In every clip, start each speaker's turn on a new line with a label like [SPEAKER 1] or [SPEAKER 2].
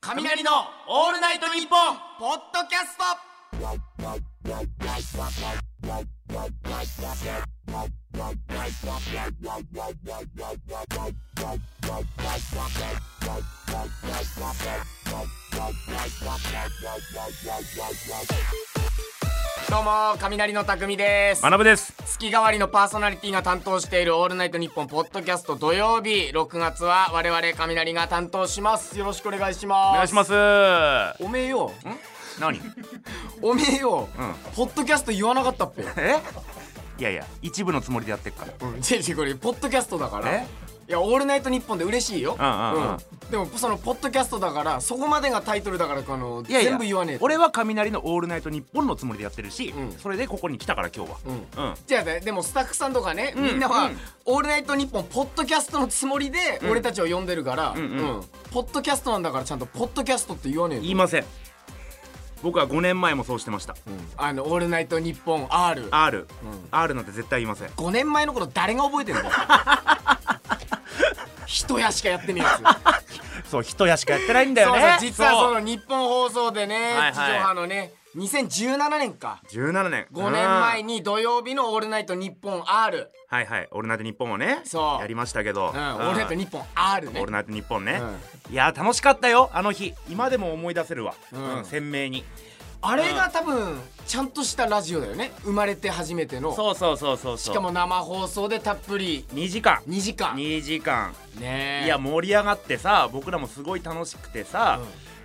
[SPEAKER 1] 雷のオールナイトニッポンポッドキャストどうも雷の匠です
[SPEAKER 2] 学ぶです
[SPEAKER 1] 月替わりのパーソナリティが担当している「オールナイトニッポン」ポッドキャスト土曜日6月は我々雷が担当しますよろしくお願いします
[SPEAKER 2] お願いします
[SPEAKER 1] おめえよ
[SPEAKER 2] 何
[SPEAKER 1] おめえよ、
[SPEAKER 2] ん
[SPEAKER 1] ポッドキャスト言わなかったっぺ
[SPEAKER 2] えいやいや一部のつもりでやってっから
[SPEAKER 1] うん 違う違うこれポッドキャストだからい
[SPEAKER 2] え
[SPEAKER 1] や「オールナイトニッポン」で嬉しいよ、
[SPEAKER 2] うんうんうん
[SPEAKER 1] でもそのポッドキャストだからそこまでがタイトルだからあの
[SPEAKER 2] いやいや
[SPEAKER 1] 全部言わねえと
[SPEAKER 2] 俺は雷の「オールナイトニッポン」のつもりでやってるし、
[SPEAKER 1] うん
[SPEAKER 2] それでここに来たから今日は
[SPEAKER 1] う
[SPEAKER 2] うん、
[SPEAKER 1] じゃあねでもスタッフさんとかね、
[SPEAKER 2] ん
[SPEAKER 1] みんなは、
[SPEAKER 2] うん
[SPEAKER 1] オールナイトニッポン」ポッドキャストのつもりで俺たちを呼んでるから、
[SPEAKER 2] んうん
[SPEAKER 1] ポッドキャストなんだからちゃんと「ポッドキャスト」って言わねえと
[SPEAKER 2] 言いません僕は5年前もそうしてました
[SPEAKER 1] あの「オールナイトニッポン R」
[SPEAKER 2] RR、R なんて絶対言いません
[SPEAKER 1] 5年前のこと誰が覚えてん だよ人やしかやってねえやつ
[SPEAKER 2] そう人やしかやってないんだ
[SPEAKER 1] そうそう実はそ
[SPEAKER 2] そう
[SPEAKER 1] の日本放送でね、
[SPEAKER 2] はいはい
[SPEAKER 1] 地上波のね2017年か
[SPEAKER 2] 17年
[SPEAKER 1] 5年前
[SPEAKER 2] うん
[SPEAKER 1] に土曜日の「オールナイトニッポン R」
[SPEAKER 2] はいはい「オールナイトニッポン」もね
[SPEAKER 1] そう
[SPEAKER 2] やりましたけど、
[SPEAKER 1] うん「オールナイトニッポン R ね」
[SPEAKER 2] オールナイトニッポンね、いやー楽しかったよあの日今でも思い出せるわ、
[SPEAKER 1] うん
[SPEAKER 2] うん鮮明に
[SPEAKER 1] あれが多分ちゃんとしたラジオだよね生まれて初めての
[SPEAKER 2] そうそうそうそうそ
[SPEAKER 1] し
[SPEAKER 2] う
[SPEAKER 1] かも生放送でたっぷり
[SPEAKER 2] 2時間
[SPEAKER 1] 2時間ね
[SPEAKER 2] 2時間
[SPEAKER 1] え
[SPEAKER 2] いや盛り上がってさ僕らもすごい楽しくてさ、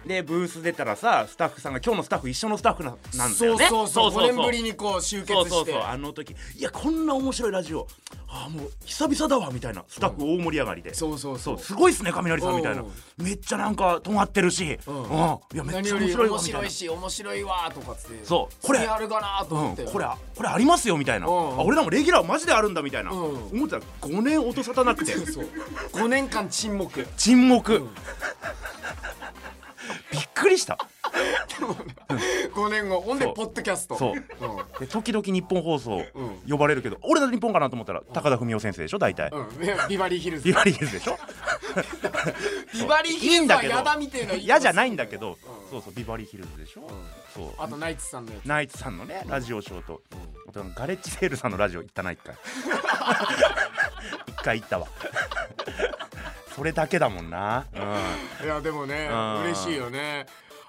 [SPEAKER 2] でブース出たらさスタッフさんが今日のスタッフ一緒のスタッフななんだ
[SPEAKER 1] そう
[SPEAKER 2] よね
[SPEAKER 1] そうそう5年ぶり
[SPEAKER 2] に
[SPEAKER 1] にこう集結して
[SPEAKER 2] そうそうそうあの時いやこんな面白いラジオああもう久々だわみたいなスタッフ大盛り上がりで、
[SPEAKER 1] そうそうそう
[SPEAKER 2] そうすごいっすね雷さんみたいな
[SPEAKER 1] うん
[SPEAKER 2] めっちゃなんか尖ってるし、
[SPEAKER 1] ん
[SPEAKER 2] うんいやめっ
[SPEAKER 1] 何
[SPEAKER 2] ちゃ
[SPEAKER 1] よ
[SPEAKER 2] 面
[SPEAKER 1] り
[SPEAKER 2] 白いわ
[SPEAKER 1] 面
[SPEAKER 2] みたい
[SPEAKER 1] 白
[SPEAKER 2] ない
[SPEAKER 1] し面白いわとかっつって
[SPEAKER 2] そうこれ
[SPEAKER 1] これあるかなと思って、
[SPEAKER 2] これあこれありますよみたいな、
[SPEAKER 1] うんうん
[SPEAKER 2] あ俺らもレギュラーマジであるんだみたいな、
[SPEAKER 1] うん
[SPEAKER 2] 思ってたら5年音沙汰なくて
[SPEAKER 1] そう5年間沈黙
[SPEAKER 2] 沈黙、びっくりした
[SPEAKER 1] 5年後ほんで
[SPEAKER 2] そう
[SPEAKER 1] ポッドキャスト
[SPEAKER 2] そうで時々日本放送
[SPEAKER 1] う
[SPEAKER 2] 呼ばれるけど、俺だ日本かなと思ったら高田文雄先生でしょ大体、
[SPEAKER 1] うん、うん、ねビバリーヒルズ
[SPEAKER 2] ビバリーヒルズでしょ
[SPEAKER 1] ビバリーヒルズは嫌だみたいな言い方
[SPEAKER 2] 嫌じゃないんだけ
[SPEAKER 1] う
[SPEAKER 2] ど、
[SPEAKER 1] ん
[SPEAKER 2] そうそうビバリーヒルズでしょ、そう
[SPEAKER 1] あとナイツさんのやつ
[SPEAKER 2] ナイツさんのねラジオショーと、あとガレッジセールさんのラジオ行ったな 一回一回行ったわ それだけだもんな、う
[SPEAKER 1] いやでもね
[SPEAKER 2] うん
[SPEAKER 1] 嬉しいよね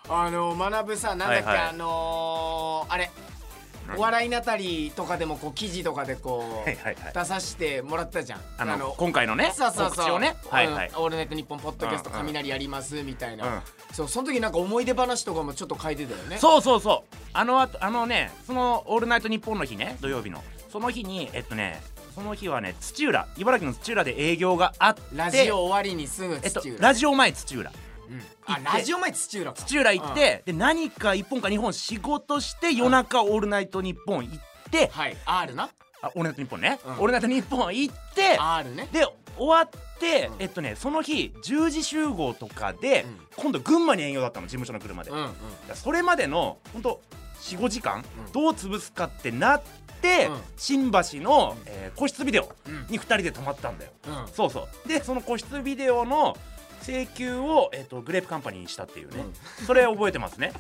[SPEAKER 1] あの学ぶさなんだっけ、
[SPEAKER 2] はいはい
[SPEAKER 1] あのーあれ「お笑いなたり」とかでもこう記事とかでこう
[SPEAKER 2] はいはいはい
[SPEAKER 1] 出させてもらったじゃん
[SPEAKER 2] ん、あの今回のね
[SPEAKER 1] そうそう
[SPEAKER 2] 告知
[SPEAKER 1] そ
[SPEAKER 2] を
[SPEAKER 1] う、
[SPEAKER 2] ねはいはい
[SPEAKER 1] うん、オールナイトニッポン」ポッドキャスト「
[SPEAKER 2] うんうん
[SPEAKER 1] 雷やります」みたいな、
[SPEAKER 2] うん
[SPEAKER 1] そうその時なんか思い出話とかもちょっと書いてたよね
[SPEAKER 2] そうそうそうあのあとあのねその「オールナイトニッポン」の日ね土曜日のその日にえっとねその日はね土浦茨城の土浦で営業があって
[SPEAKER 1] ラジオ終わりにすぐ
[SPEAKER 2] えっと
[SPEAKER 1] 土、浦、
[SPEAKER 2] ラジオ前土浦
[SPEAKER 1] うん
[SPEAKER 2] 行
[SPEAKER 1] あ
[SPEAKER 2] って
[SPEAKER 1] ラジオ前土浦か
[SPEAKER 2] 土浦行って、で何か1本か2本仕事して夜中「オールナイトニッポン」行って
[SPEAKER 1] はい R な
[SPEAKER 2] 「あオールナイトニッポンね」
[SPEAKER 1] うん
[SPEAKER 2] オールナイトニッポン」行って、
[SPEAKER 1] R ね
[SPEAKER 2] で終わって、
[SPEAKER 1] うん
[SPEAKER 2] えっとねその日10時集合とかで、
[SPEAKER 1] うん
[SPEAKER 2] 今度群馬に営業だったの事務所の車で、
[SPEAKER 1] うんうん
[SPEAKER 2] だからそれまでのほんと45時間、
[SPEAKER 1] うん
[SPEAKER 2] どう潰すかってなって、
[SPEAKER 1] うん
[SPEAKER 2] 新橋の、えー個室ビデオ
[SPEAKER 1] うん
[SPEAKER 2] に2人で泊まったんだよ、
[SPEAKER 1] うん
[SPEAKER 2] そうそうでその個室ビデオの請求を、えー、とグレープカンパニーにしたっていうね、それ覚え てますね、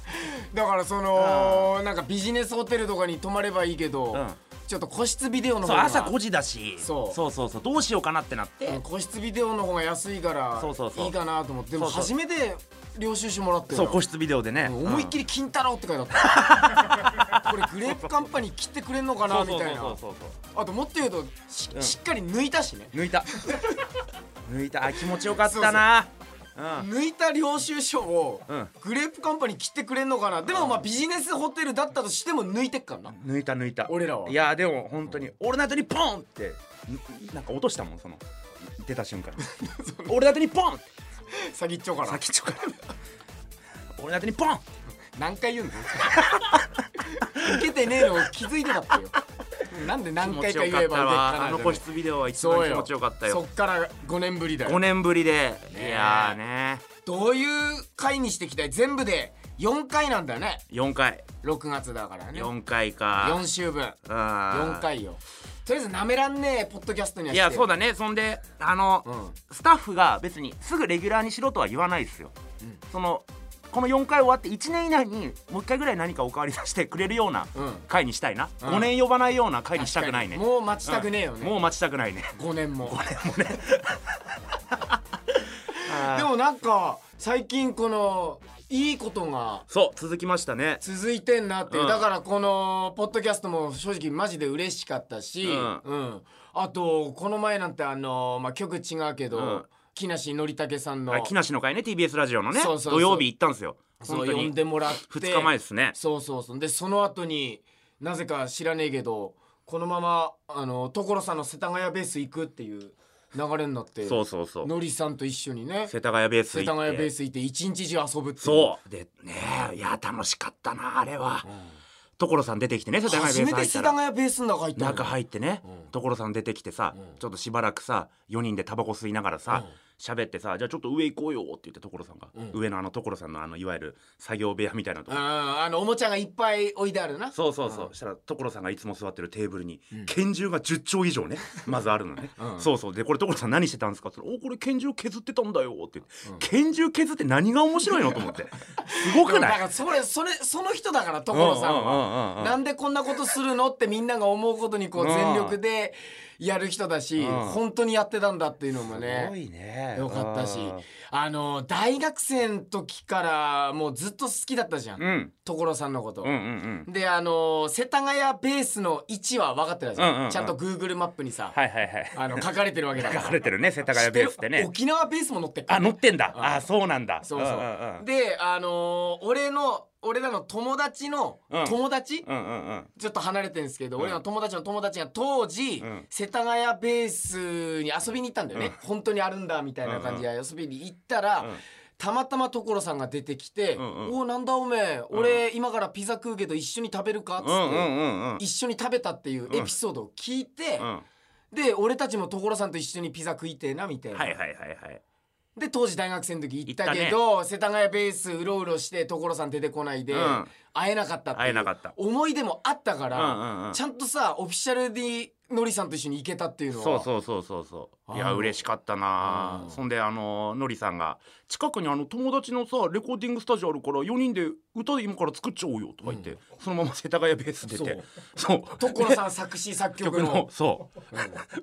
[SPEAKER 1] だからそのなんかビジネスホテルとかに泊まればいいけど、
[SPEAKER 2] うん
[SPEAKER 1] ちょっと個室ビデオの
[SPEAKER 2] そ
[SPEAKER 1] 方
[SPEAKER 2] う
[SPEAKER 1] が
[SPEAKER 2] 朝5時だし
[SPEAKER 1] そう
[SPEAKER 2] そうそうそうどうしようかなってなって、
[SPEAKER 1] うん個室ビデオの方が安いから
[SPEAKER 2] そうそうそう
[SPEAKER 1] いいかなと思ってでも
[SPEAKER 2] そう
[SPEAKER 1] 初
[SPEAKER 2] そ
[SPEAKER 1] めて領収書もらって
[SPEAKER 2] そう個室ビデオでね、
[SPEAKER 1] 思いっき
[SPEAKER 2] り
[SPEAKER 1] り「金太郎」って書いてあったこれグレープカンパニー切ってくれんのか
[SPEAKER 2] そ
[SPEAKER 1] な
[SPEAKER 2] うそ
[SPEAKER 1] み
[SPEAKER 2] うそ
[SPEAKER 1] た
[SPEAKER 2] う
[SPEAKER 1] いな
[SPEAKER 2] そうそう
[SPEAKER 1] あともっと言うとし,、
[SPEAKER 2] うん
[SPEAKER 1] っかり抜いたしね
[SPEAKER 2] 抜いた抜いたあ気持ちよかったなうん
[SPEAKER 1] 抜いた領収書を
[SPEAKER 2] うん
[SPEAKER 1] グレープカンパニー切ってくれんのかなでもまあビジネスホテルだったとしても抜いてっからな
[SPEAKER 2] 抜いた抜いた
[SPEAKER 1] 俺らはい
[SPEAKER 2] やでも本当に「オールナイトニッポン!」ってんなんか落としたもんその出た瞬間に「オールナイトニッポン!」
[SPEAKER 1] 先っちょから
[SPEAKER 2] 先っちょから「オールナイトニッポン!
[SPEAKER 1] 何回言うんだよ受けてねえの気づいてたってよなんで」何回か言えば受けっかな
[SPEAKER 2] あの個室ビデオは一
[SPEAKER 1] そ
[SPEAKER 2] 番
[SPEAKER 1] う
[SPEAKER 2] 気
[SPEAKER 1] よ
[SPEAKER 2] 持ちよかった
[SPEAKER 1] そ
[SPEAKER 2] よ
[SPEAKER 1] っから5年ぶりだ
[SPEAKER 2] 5
[SPEAKER 1] よ
[SPEAKER 2] 年ぶりでい
[SPEAKER 1] ねえ
[SPEAKER 2] やーね
[SPEAKER 1] どういう回にしていきたい全部で4回なんだよね
[SPEAKER 2] 4回
[SPEAKER 1] 6月だからね
[SPEAKER 2] 4回か
[SPEAKER 1] 4週分
[SPEAKER 2] 4
[SPEAKER 1] 4回よとりあえずなめらんねえポッドキャストにはいして
[SPEAKER 2] やそうだ
[SPEAKER 1] ね
[SPEAKER 2] ねそんであの、
[SPEAKER 1] うん
[SPEAKER 2] スタッフが別にすぐレギュラーにしろとは言わないですよ、そのこの4回終わって1年以内にもう1回ぐらい何かおかわりさせてくれるような
[SPEAKER 1] うん
[SPEAKER 2] 回にしたいな、
[SPEAKER 1] うん
[SPEAKER 2] 5年呼ばないような回にしたくないね
[SPEAKER 1] 確かにもう待ちたくねえよね、
[SPEAKER 2] もう待ちたくないね
[SPEAKER 1] 5年も で
[SPEAKER 2] でも
[SPEAKER 1] もなんか最近このいいことが
[SPEAKER 2] そう続きましたね
[SPEAKER 1] 続いてんなっていう、
[SPEAKER 2] うん
[SPEAKER 1] だからこのポッドキャストも正直マジで嬉しかったし、
[SPEAKER 2] うん
[SPEAKER 1] うんあとこの前なんてあの、まあ、曲違うけど、
[SPEAKER 2] うん
[SPEAKER 1] 木梨憲武さんの
[SPEAKER 2] あ木梨の会ね TBS ラジオのね
[SPEAKER 1] そうそうそう
[SPEAKER 2] 土曜日行ったんですよ
[SPEAKER 1] そう
[SPEAKER 2] 本
[SPEAKER 1] 呼
[SPEAKER 2] 当
[SPEAKER 1] ん
[SPEAKER 2] に
[SPEAKER 1] でもらって
[SPEAKER 2] 2日前ですね
[SPEAKER 1] そうそうそうでその後になぜか知らねえけどこのままあの所さんの世田谷ベース行くっていう流れになって
[SPEAKER 2] そうそうそう
[SPEAKER 1] のりさんと一緒にね
[SPEAKER 2] 世田谷ベース
[SPEAKER 1] 世
[SPEAKER 2] 行
[SPEAKER 1] 田
[SPEAKER 2] っ
[SPEAKER 1] 谷ベー
[SPEAKER 2] て
[SPEAKER 1] ス行って一日中遊ぶっていう
[SPEAKER 2] そうでねえいや楽しかったなあれは所さん出てきてね世田谷
[SPEAKER 1] 初
[SPEAKER 2] ベー
[SPEAKER 1] め
[SPEAKER 2] ス入
[SPEAKER 1] て
[SPEAKER 2] った
[SPEAKER 1] 世
[SPEAKER 2] ら
[SPEAKER 1] 田谷ベースの中入ったの
[SPEAKER 2] 中入ってね、
[SPEAKER 1] うん
[SPEAKER 2] 所さん出てきてさ、
[SPEAKER 1] うん
[SPEAKER 2] ちょっとしばらくさ4人でタバコ吸いながらさ
[SPEAKER 1] うん
[SPEAKER 2] 喋、ってさじゃあちょっと上行こうよって言って所さんが、
[SPEAKER 1] うん
[SPEAKER 2] 上のあの所さんのあのいわゆる作業部屋みたいなと
[SPEAKER 1] うん
[SPEAKER 2] こ、
[SPEAKER 1] あのおもちゃがいっぱい置いてあるな
[SPEAKER 2] そうそうそう、
[SPEAKER 1] うん
[SPEAKER 2] したら所さんがいつも座ってるテーブルに、
[SPEAKER 1] うん
[SPEAKER 2] 拳銃が10丁以上ね まずあるのね、
[SPEAKER 1] うん
[SPEAKER 2] そうそうでこれ所さん何してたんですかって言ったらおこれ拳銃削ってたんだよ」って言って、
[SPEAKER 1] うん
[SPEAKER 2] 拳銃削って何が面白いの?」と思ってすごく
[SPEAKER 1] だ
[SPEAKER 2] な
[SPEAKER 1] か
[SPEAKER 2] い
[SPEAKER 1] らそれそれその人だから所さんは。
[SPEAKER 2] は
[SPEAKER 1] なんでこんなことするのってみんなが思うことにこう
[SPEAKER 2] うん
[SPEAKER 1] 全力でやる人だし
[SPEAKER 2] うん
[SPEAKER 1] 本当にやってたんだっていうのも
[SPEAKER 2] すご
[SPEAKER 1] ね
[SPEAKER 2] いね
[SPEAKER 1] よかったし
[SPEAKER 2] うん
[SPEAKER 1] あの大学生の時からもうずっと好きだったじゃん
[SPEAKER 2] うん
[SPEAKER 1] 所さんのこと
[SPEAKER 2] うんう。ん
[SPEAKER 1] であの世田谷ベースの位置は分かってたじ
[SPEAKER 2] うんうん
[SPEAKER 1] ゃ
[SPEAKER 2] うん
[SPEAKER 1] んちゃんと Google マップにさ
[SPEAKER 2] はいはいはい
[SPEAKER 1] あの書かれてるわけだから
[SPEAKER 2] 書かれてるね世田谷ベースって
[SPEAKER 1] 知って
[SPEAKER 2] ね
[SPEAKER 1] る沖縄ベースも乗ってっから
[SPEAKER 2] あ乗ってんだ
[SPEAKER 1] うん
[SPEAKER 2] あそうなんだ
[SPEAKER 1] そうそう
[SPEAKER 2] うんうん
[SPEAKER 1] であのー俺の俺らの友達の
[SPEAKER 2] うん
[SPEAKER 1] 友達、
[SPEAKER 2] うんうんうん
[SPEAKER 1] ちょっと離れてるんですけど、
[SPEAKER 2] うん
[SPEAKER 1] 俺らの友達の友達が当時、
[SPEAKER 2] うん
[SPEAKER 1] 世田谷ベースに遊びに行ったんだよね、
[SPEAKER 2] うん
[SPEAKER 1] 本当にあるんだみたいな感じで遊びに行ったら、
[SPEAKER 2] うん
[SPEAKER 1] たまたま所さんが出てきて「
[SPEAKER 2] うんうん
[SPEAKER 1] おおなんだおめえ俺今からピザ食うけど一緒に食べるか?」っつって、
[SPEAKER 2] うんうんうんうん
[SPEAKER 1] 一緒に食べたっていうエピソードを聞いて、
[SPEAKER 2] うん
[SPEAKER 1] で俺たちも所さんと一緒にピザ食いてえなみたいな。
[SPEAKER 2] はいはいはいはい
[SPEAKER 1] で当時大学生の時行ったけど世田谷ベースうろうろして所さん出てこないで、
[SPEAKER 2] うん
[SPEAKER 1] 会えなかったっていう
[SPEAKER 2] 会えなかった
[SPEAKER 1] 思い出もあったから、
[SPEAKER 2] うんうんうん
[SPEAKER 1] ちゃんとさオフィシャルでのりさんと一緒に行けたっていうのは
[SPEAKER 2] そうそうそうそうそういや
[SPEAKER 1] あー
[SPEAKER 2] 嬉しかったな
[SPEAKER 1] うん
[SPEAKER 2] そんであののりさんが「近くにあの友達のさレコーディングスタジオあるから4人で歌今から作っちゃおうよ」とか言って、
[SPEAKER 1] うん
[SPEAKER 2] そのまま世田谷ベース出てそう
[SPEAKER 1] 所さん作詞作曲
[SPEAKER 2] 曲
[SPEAKER 1] の
[SPEAKER 2] のそ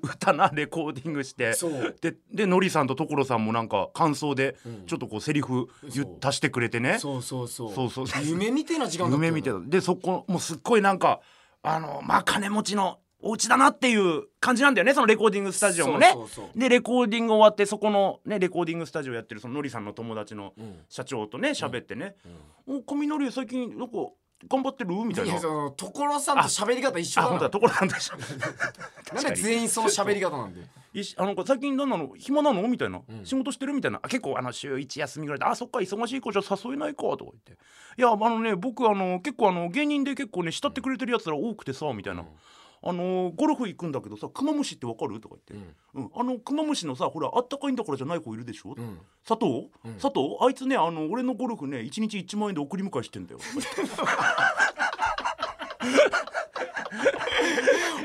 [SPEAKER 2] う歌なレコーディンングして
[SPEAKER 1] そう
[SPEAKER 2] ででのりさんと所さんもなんか感想で
[SPEAKER 1] うん
[SPEAKER 2] ちょっとこうセリフ言っ
[SPEAKER 1] そう
[SPEAKER 2] 足してくれてね
[SPEAKER 1] そうそうそう
[SPEAKER 2] そうそう
[SPEAKER 1] 夢みてえな時間だったよね
[SPEAKER 2] 夢見てたでそこもうすっごいなんかあのまあ金持ちのお家だなっていう感じなんだよねそのレコーディングスタジオもね
[SPEAKER 1] そうそうそう
[SPEAKER 2] でレコーディング終わってそこのねレコーディングスタジオやってるそののりさんの友達の
[SPEAKER 1] うん
[SPEAKER 2] 社長とね喋ってね「お雷最近なんか頑張ってる?」みたい
[SPEAKER 1] い
[SPEAKER 2] な
[SPEAKER 1] やその所さんと喋り方一緒
[SPEAKER 2] あ
[SPEAKER 1] だ
[SPEAKER 2] 本当
[SPEAKER 1] な
[SPEAKER 2] だ所さんと一緒
[SPEAKER 1] なん
[SPEAKER 2] 確か
[SPEAKER 1] で
[SPEAKER 2] に
[SPEAKER 1] 全員その喋り方なんで
[SPEAKER 2] いしあの最近何なの暇なのみたいな、
[SPEAKER 1] うん
[SPEAKER 2] 仕事してるみたいなあ結構あの週1休みぐらいで「あそっか忙しい子じゃ誘えないか」とか言って「いやあのね僕あの結構あの芸人で結構ね慕ってくれてるやつら多くてさ」みたいな。
[SPEAKER 1] うん
[SPEAKER 2] あのゴルフ行くんだけどさクマムシってわかるとか言って、うんあのクマムシのさほらあったかいんだからじゃない子いるでしょ、
[SPEAKER 1] うん
[SPEAKER 2] 佐藤、
[SPEAKER 1] うん
[SPEAKER 2] 佐藤あいつねあの俺のゴルフね1日1万円で送り迎えし てんだよ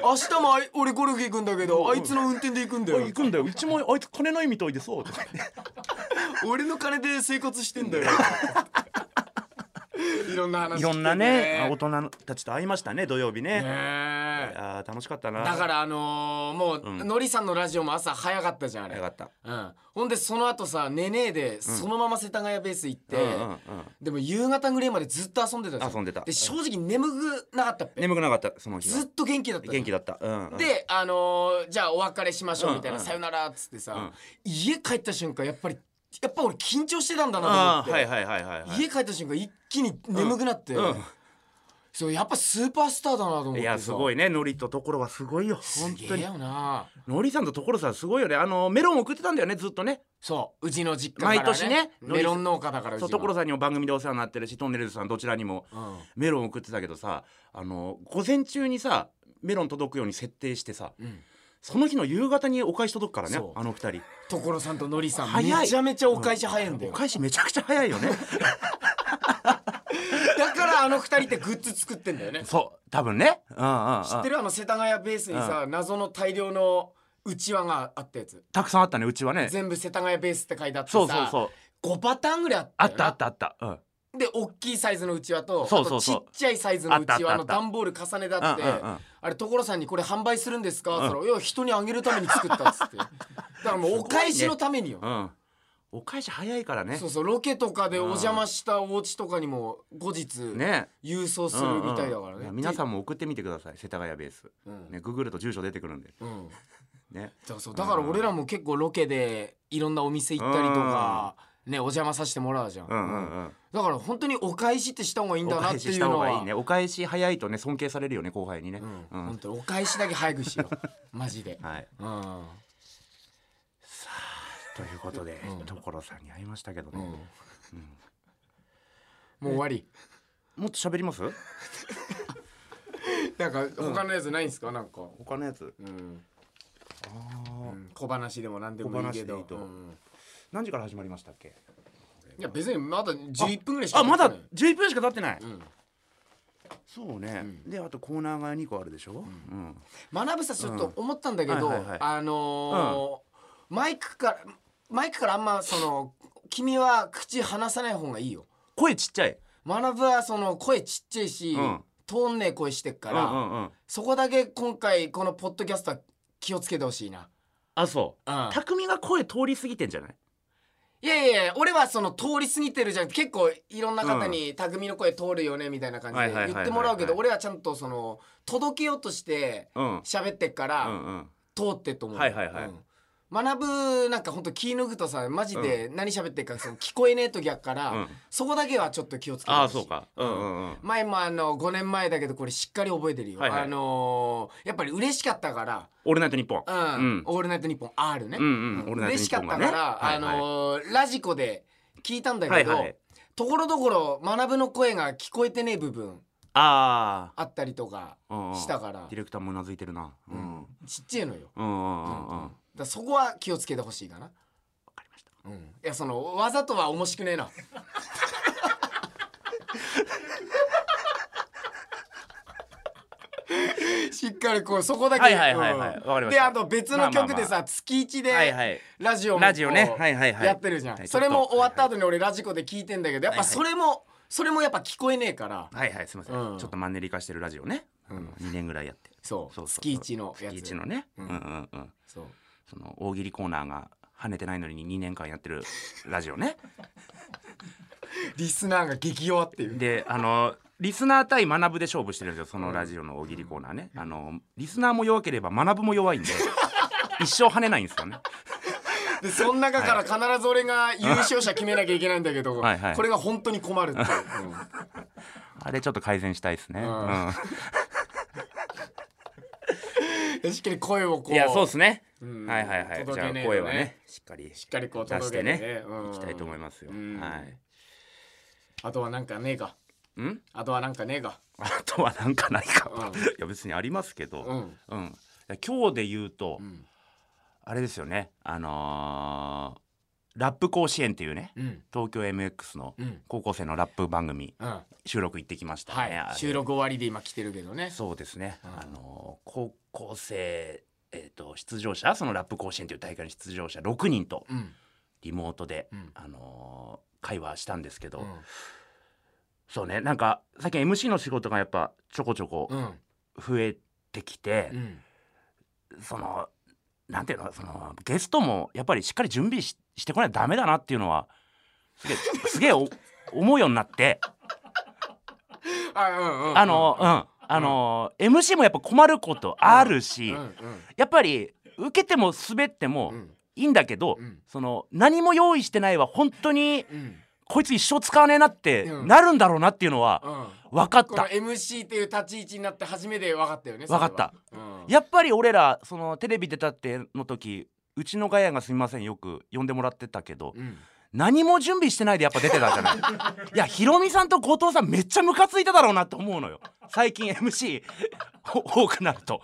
[SPEAKER 1] 明日もあい俺ゴルフ行くんだけどあいつの運転で行くんだよ
[SPEAKER 2] 行くんだよ1万円あいつ金ないみたいでさとか言っ て
[SPEAKER 1] 俺の金で生活してんだよ。 いろんな話聞
[SPEAKER 2] い
[SPEAKER 1] けて
[SPEAKER 2] ろんなね大人たちと会いましたね土曜日ね
[SPEAKER 1] ねえ
[SPEAKER 2] あー楽しかったな
[SPEAKER 1] だからあのーもう、
[SPEAKER 2] うん
[SPEAKER 1] のりさんのラジオも朝早かったじゃんあれ
[SPEAKER 2] よかった
[SPEAKER 1] うん、ほんでその後さ「ねねえ」でそのまま世田谷ベース行って、
[SPEAKER 2] うんうんうん
[SPEAKER 1] でも夕方ぐらいまでずっと遊んでたじゃん
[SPEAKER 2] 遊んでた
[SPEAKER 1] で正直眠くなかったっぺ
[SPEAKER 2] 眠くなかったその日は
[SPEAKER 1] ずっと元気だったじゃん
[SPEAKER 2] 元気だった、うんうん、
[SPEAKER 1] であのーじゃあお別れしましょうみたいな「
[SPEAKER 2] うんうん
[SPEAKER 1] さよなら」っつってさ、
[SPEAKER 2] うん
[SPEAKER 1] 家帰った瞬間やっぱりやっぱ俺緊張してたんだなと思っ
[SPEAKER 2] あ
[SPEAKER 1] て、
[SPEAKER 2] ーはいはいはいはいはい
[SPEAKER 1] 家帰った瞬間一気に眠くなって、
[SPEAKER 2] うん
[SPEAKER 1] そうやっぱスーパースターだなと思って
[SPEAKER 2] い
[SPEAKER 1] い
[SPEAKER 2] やすご
[SPEAKER 1] い
[SPEAKER 2] いねノリと所はすごいよ本
[SPEAKER 1] 本
[SPEAKER 2] 当
[SPEAKER 1] 当
[SPEAKER 2] に
[SPEAKER 1] よな
[SPEAKER 2] のりさんと所さんすごいよねあのメロン送ってたんだよねずっとね
[SPEAKER 1] そううちの実家から、ね、
[SPEAKER 2] 毎年ね
[SPEAKER 1] メロン農家だからうち
[SPEAKER 2] そう
[SPEAKER 1] は
[SPEAKER 2] 所さんにも番組でお世話になってるしトンネルズさんどちらにも
[SPEAKER 1] うん
[SPEAKER 2] メロン送ってたけどさあの午前中にさメロン届くように設定してさ
[SPEAKER 1] うん、
[SPEAKER 2] その日の夕方にお返し届くからね
[SPEAKER 1] そう
[SPEAKER 2] あの二人
[SPEAKER 1] 所さんとのりさん
[SPEAKER 2] 早い
[SPEAKER 1] めちゃめちゃお返し早いんだ
[SPEAKER 2] お
[SPEAKER 1] よ、
[SPEAKER 2] 返しめちゃくちゃ早いよね
[SPEAKER 1] だからあの二人ってグッズ作ってんだよね
[SPEAKER 2] そう多分ねうんうんうん
[SPEAKER 1] 知ってるあの世田谷ベースにさ、謎の大量のうちわがあったやつ
[SPEAKER 2] たくさんあったねうちはね
[SPEAKER 1] 全部世田谷ベースって書いてあってさ
[SPEAKER 2] そうそうそ
[SPEAKER 1] 5
[SPEAKER 2] う
[SPEAKER 1] パターンぐらいあった
[SPEAKER 2] あ
[SPEAKER 1] よ
[SPEAKER 2] っ
[SPEAKER 1] な
[SPEAKER 2] たあったあったうん
[SPEAKER 1] で大きいサイズのうちわと
[SPEAKER 2] そうそうそう
[SPEAKER 1] あとちっちゃいサイズのう
[SPEAKER 2] あっ
[SPEAKER 1] ち
[SPEAKER 2] たあ
[SPEAKER 1] わ
[SPEAKER 2] ったあ
[SPEAKER 1] の
[SPEAKER 2] った
[SPEAKER 1] 段ボール重ねだって、
[SPEAKER 2] うんうんうん
[SPEAKER 1] あれ所さんにこれ販売するんですか、それいや人にあげるために作ったっつって だからもうお返しのためによ、
[SPEAKER 2] うんお返し早いからね
[SPEAKER 1] そうそうロケとかでお邪魔したお家とかにも後日
[SPEAKER 2] ね
[SPEAKER 1] 郵送するみたいだからね、
[SPEAKER 2] うんうん皆さ
[SPEAKER 1] ん、
[SPEAKER 2] んも送ってみてください世田谷ベース
[SPEAKER 1] うん
[SPEAKER 2] ねググると住所出てくるんで
[SPEAKER 1] うん
[SPEAKER 2] ね
[SPEAKER 1] だからそうだから俺らも結構ロケでいろんなお店行ったりとか、ね、お邪魔させてもらうじゃん,、
[SPEAKER 2] うんうん
[SPEAKER 1] だから本当にお返しってした方がいい
[SPEAKER 2] うんん
[SPEAKER 1] だ
[SPEAKER 2] お
[SPEAKER 1] なっ
[SPEAKER 2] 返
[SPEAKER 1] てい
[SPEAKER 2] しし
[SPEAKER 1] う
[SPEAKER 2] た
[SPEAKER 1] の
[SPEAKER 2] 方
[SPEAKER 1] は
[SPEAKER 2] がいいねお返し早いとね尊敬されるよね後輩にね
[SPEAKER 1] うん
[SPEAKER 2] うん
[SPEAKER 1] 本当にお返しだけ早くしようマ ジで、
[SPEAKER 2] はい
[SPEAKER 1] うん
[SPEAKER 2] ということで
[SPEAKER 1] うん
[SPEAKER 2] 所さんに会いましたけど
[SPEAKER 1] うん
[SPEAKER 2] ね
[SPEAKER 1] もう終わり
[SPEAKER 2] もっと喋ります
[SPEAKER 1] なんか他のやつないんですかなんか、
[SPEAKER 2] 他のやつ
[SPEAKER 1] うん
[SPEAKER 2] あ
[SPEAKER 1] う
[SPEAKER 2] ー
[SPEAKER 1] ん小話でも何でもいいけど
[SPEAKER 2] 小話でいいと
[SPEAKER 1] うん
[SPEAKER 2] 何時から始まりましたっけ
[SPEAKER 1] いや別にまだ11分ぐらいしか
[SPEAKER 2] あまだ
[SPEAKER 1] 経ってない
[SPEAKER 2] 11分しか経ってない
[SPEAKER 1] うん
[SPEAKER 2] そうねであとコーナーが2個あるでしょうん
[SPEAKER 1] 学ぶさちょっと思ったんだけど、
[SPEAKER 2] はいはいはい
[SPEAKER 1] あのーマイクからマイクからあんまその君は口離さない方がいいよ
[SPEAKER 2] 声ちっちゃい
[SPEAKER 1] 学ぶはその声ちっちゃいし、
[SPEAKER 2] うん
[SPEAKER 1] 通んねえ声してっから、
[SPEAKER 2] うんうんうん
[SPEAKER 1] そこだけ今回このポッドキャストは気をつけてほしいな、
[SPEAKER 2] あそう
[SPEAKER 1] うん、
[SPEAKER 2] 匠が声通り過ぎてんじゃない
[SPEAKER 1] いやいやいや俺はその通り過ぎてるじゃん結構いろんな方に「匠の声通るよね」みたいな感じ
[SPEAKER 2] はいはいはい
[SPEAKER 1] で言
[SPEAKER 2] はいはい
[SPEAKER 1] ってもらうけど俺はちゃんとその届けようとして
[SPEAKER 2] うん
[SPEAKER 1] 喋ってっか
[SPEAKER 2] う
[SPEAKER 1] ら、
[SPEAKER 2] んうん
[SPEAKER 1] 通ってと思う。
[SPEAKER 2] はいはいはい
[SPEAKER 1] うん学ぶなんかほんと気抜くとさマジで何喋ってるかその聞こえねえ時やから、
[SPEAKER 2] うん
[SPEAKER 1] そこだけはちょっと気をつけてほしい
[SPEAKER 2] ああそうかうんうんうん
[SPEAKER 1] 前もあの5年前だけどこれしっかり覚えてるよ、
[SPEAKER 2] はいはい
[SPEAKER 1] あのーやっぱり嬉しかったから
[SPEAKER 2] 「オールナイトニッポン」
[SPEAKER 1] うん
[SPEAKER 2] うん
[SPEAKER 1] オールナイトニッポン R ね、
[SPEAKER 2] うんうんオールナイト
[SPEAKER 1] 嬉
[SPEAKER 2] ニ
[SPEAKER 1] し
[SPEAKER 2] ッ
[SPEAKER 1] かっ
[SPEAKER 2] ポンが
[SPEAKER 1] たか
[SPEAKER 2] ね
[SPEAKER 1] ら、
[SPEAKER 2] はいはい
[SPEAKER 1] あのーラジコで聞いたんだけど、
[SPEAKER 2] はいはい
[SPEAKER 1] ところどころ学ぶの声が聞こえてねえ部分
[SPEAKER 2] あ
[SPEAKER 1] あったりとか
[SPEAKER 2] あうんうん
[SPEAKER 1] したから
[SPEAKER 2] ディレクターもうなずいてるなうんうん
[SPEAKER 1] ちっちゃいのよ、
[SPEAKER 2] うんうんうん
[SPEAKER 1] うん
[SPEAKER 2] う
[SPEAKER 1] だ
[SPEAKER 2] ん
[SPEAKER 1] からそこは気をつけてほしいかなわか、
[SPEAKER 2] りました
[SPEAKER 1] うん、いやそのわざとは面白くねえ なしっかりこうそこだけ
[SPEAKER 2] はいはいはいはい
[SPEAKER 1] うん
[SPEAKER 2] わかりました
[SPEAKER 1] であと別の曲でさ、
[SPEAKER 2] まあまあ
[SPEAKER 1] 月一で、
[SPEAKER 2] はいはい
[SPEAKER 1] ラジオもこう
[SPEAKER 2] ラジオねはいはいはい
[SPEAKER 1] やってるじゃん、
[SPEAKER 2] はい
[SPEAKER 1] それも終わった
[SPEAKER 2] ちょ
[SPEAKER 1] 後に俺ラジコで聞いてんだけどやっぱそれも、それもやっぱ聞こえねえから
[SPEAKER 2] っとはいはいすみませ
[SPEAKER 1] うん
[SPEAKER 2] んちょっとマンネリ化してるラジオね
[SPEAKER 1] うん
[SPEAKER 2] 2年ぐらいやって
[SPEAKER 1] そう
[SPEAKER 2] そうそう
[SPEAKER 1] 月一のやつ
[SPEAKER 2] 月一のね
[SPEAKER 1] う
[SPEAKER 2] うんんうんうん
[SPEAKER 1] そう
[SPEAKER 2] その大喜利コーナーが跳ねてないのに2年間やってるラジオね
[SPEAKER 1] リスナーが激弱っていう
[SPEAKER 2] であのリスナー対学ぶで勝負してるんですよそのラジオの大喜利コーナーねあのリスナーも弱ければ学ぶも弱い んで一生跳ねないんですよね
[SPEAKER 1] でその中から必ず俺が優勝者決めなきゃいけないんだけど、
[SPEAKER 2] はいはい
[SPEAKER 1] これが本当に困るっていう、うん
[SPEAKER 2] あれちょっと改善したいですね
[SPEAKER 1] う
[SPEAKER 2] うんん
[SPEAKER 1] でしっかり声をこう
[SPEAKER 2] いやそうですね、
[SPEAKER 1] うん
[SPEAKER 2] はいはいはいじ
[SPEAKER 1] 届
[SPEAKER 2] ゃ
[SPEAKER 1] け
[SPEAKER 2] あ
[SPEAKER 1] ねえとね
[SPEAKER 2] 声はねしっかり
[SPEAKER 1] しっかりこう
[SPEAKER 2] 出し
[SPEAKER 1] 届
[SPEAKER 2] て
[SPEAKER 1] け
[SPEAKER 2] ね
[SPEAKER 1] てねうん
[SPEAKER 2] いきたいと思いますよ、
[SPEAKER 1] うん
[SPEAKER 2] はい
[SPEAKER 1] あとはなんかねえか
[SPEAKER 2] ん
[SPEAKER 1] あとはなんかねえか
[SPEAKER 2] あとはなんかないか、
[SPEAKER 1] うん
[SPEAKER 2] いや別にありますけど
[SPEAKER 1] う、ん
[SPEAKER 2] うんいや今日で言うと、
[SPEAKER 1] ん
[SPEAKER 2] あれですよねあのーラップ甲子園っていうね
[SPEAKER 1] うん
[SPEAKER 2] 東京 MX の
[SPEAKER 1] うん
[SPEAKER 2] 高校生のラップ番組
[SPEAKER 1] うんは
[SPEAKER 2] 収録行ってきましたね、あ
[SPEAKER 1] い
[SPEAKER 2] れ
[SPEAKER 1] 収録終わりで今来てるけどね
[SPEAKER 2] そうですね、
[SPEAKER 1] うん
[SPEAKER 2] あのー高校生えー、と出場者そのラップ甲子園という大会の出場者6人と
[SPEAKER 1] うん
[SPEAKER 2] リモートで、
[SPEAKER 1] うん
[SPEAKER 2] あのー会話したんですけど、
[SPEAKER 1] うん
[SPEAKER 2] そうねなんか最近 MC の仕事がやっぱちょこちょこ
[SPEAKER 1] うん
[SPEAKER 2] 増えてきて、
[SPEAKER 1] うん
[SPEAKER 2] そのなんていうのそのゲストもやっぱりしっかり準備ししてこないとダメだなっていうのはすげえ すげえお思うようになって
[SPEAKER 1] あうんうん
[SPEAKER 2] あのうんあの、MC もやっぱ困ることある
[SPEAKER 1] う
[SPEAKER 2] し、
[SPEAKER 1] んうん
[SPEAKER 2] やっぱり受けても滑っても
[SPEAKER 1] うん
[SPEAKER 2] いいんだけど、
[SPEAKER 1] うん
[SPEAKER 2] その何も用意してないは本当に
[SPEAKER 1] うん
[SPEAKER 2] こいつ一生使わねえなって
[SPEAKER 1] うん
[SPEAKER 2] なるんだろうなっていうのは
[SPEAKER 1] うん
[SPEAKER 2] 分かっ
[SPEAKER 1] この
[SPEAKER 2] た。
[SPEAKER 1] MC っていう立ち位置になって初めて分かったよね
[SPEAKER 2] 分かった
[SPEAKER 1] それはうん
[SPEAKER 2] やっぱり俺らそのテレビ出たっての時うちのガヤがすみませんよく呼んでもらってたけど
[SPEAKER 1] うん
[SPEAKER 2] 何も準備してないでやっぱ出てた じゃないいやヒロミさんと後藤さんめっちゃムカついただろうなって思うのよ最近 MC お多くなる と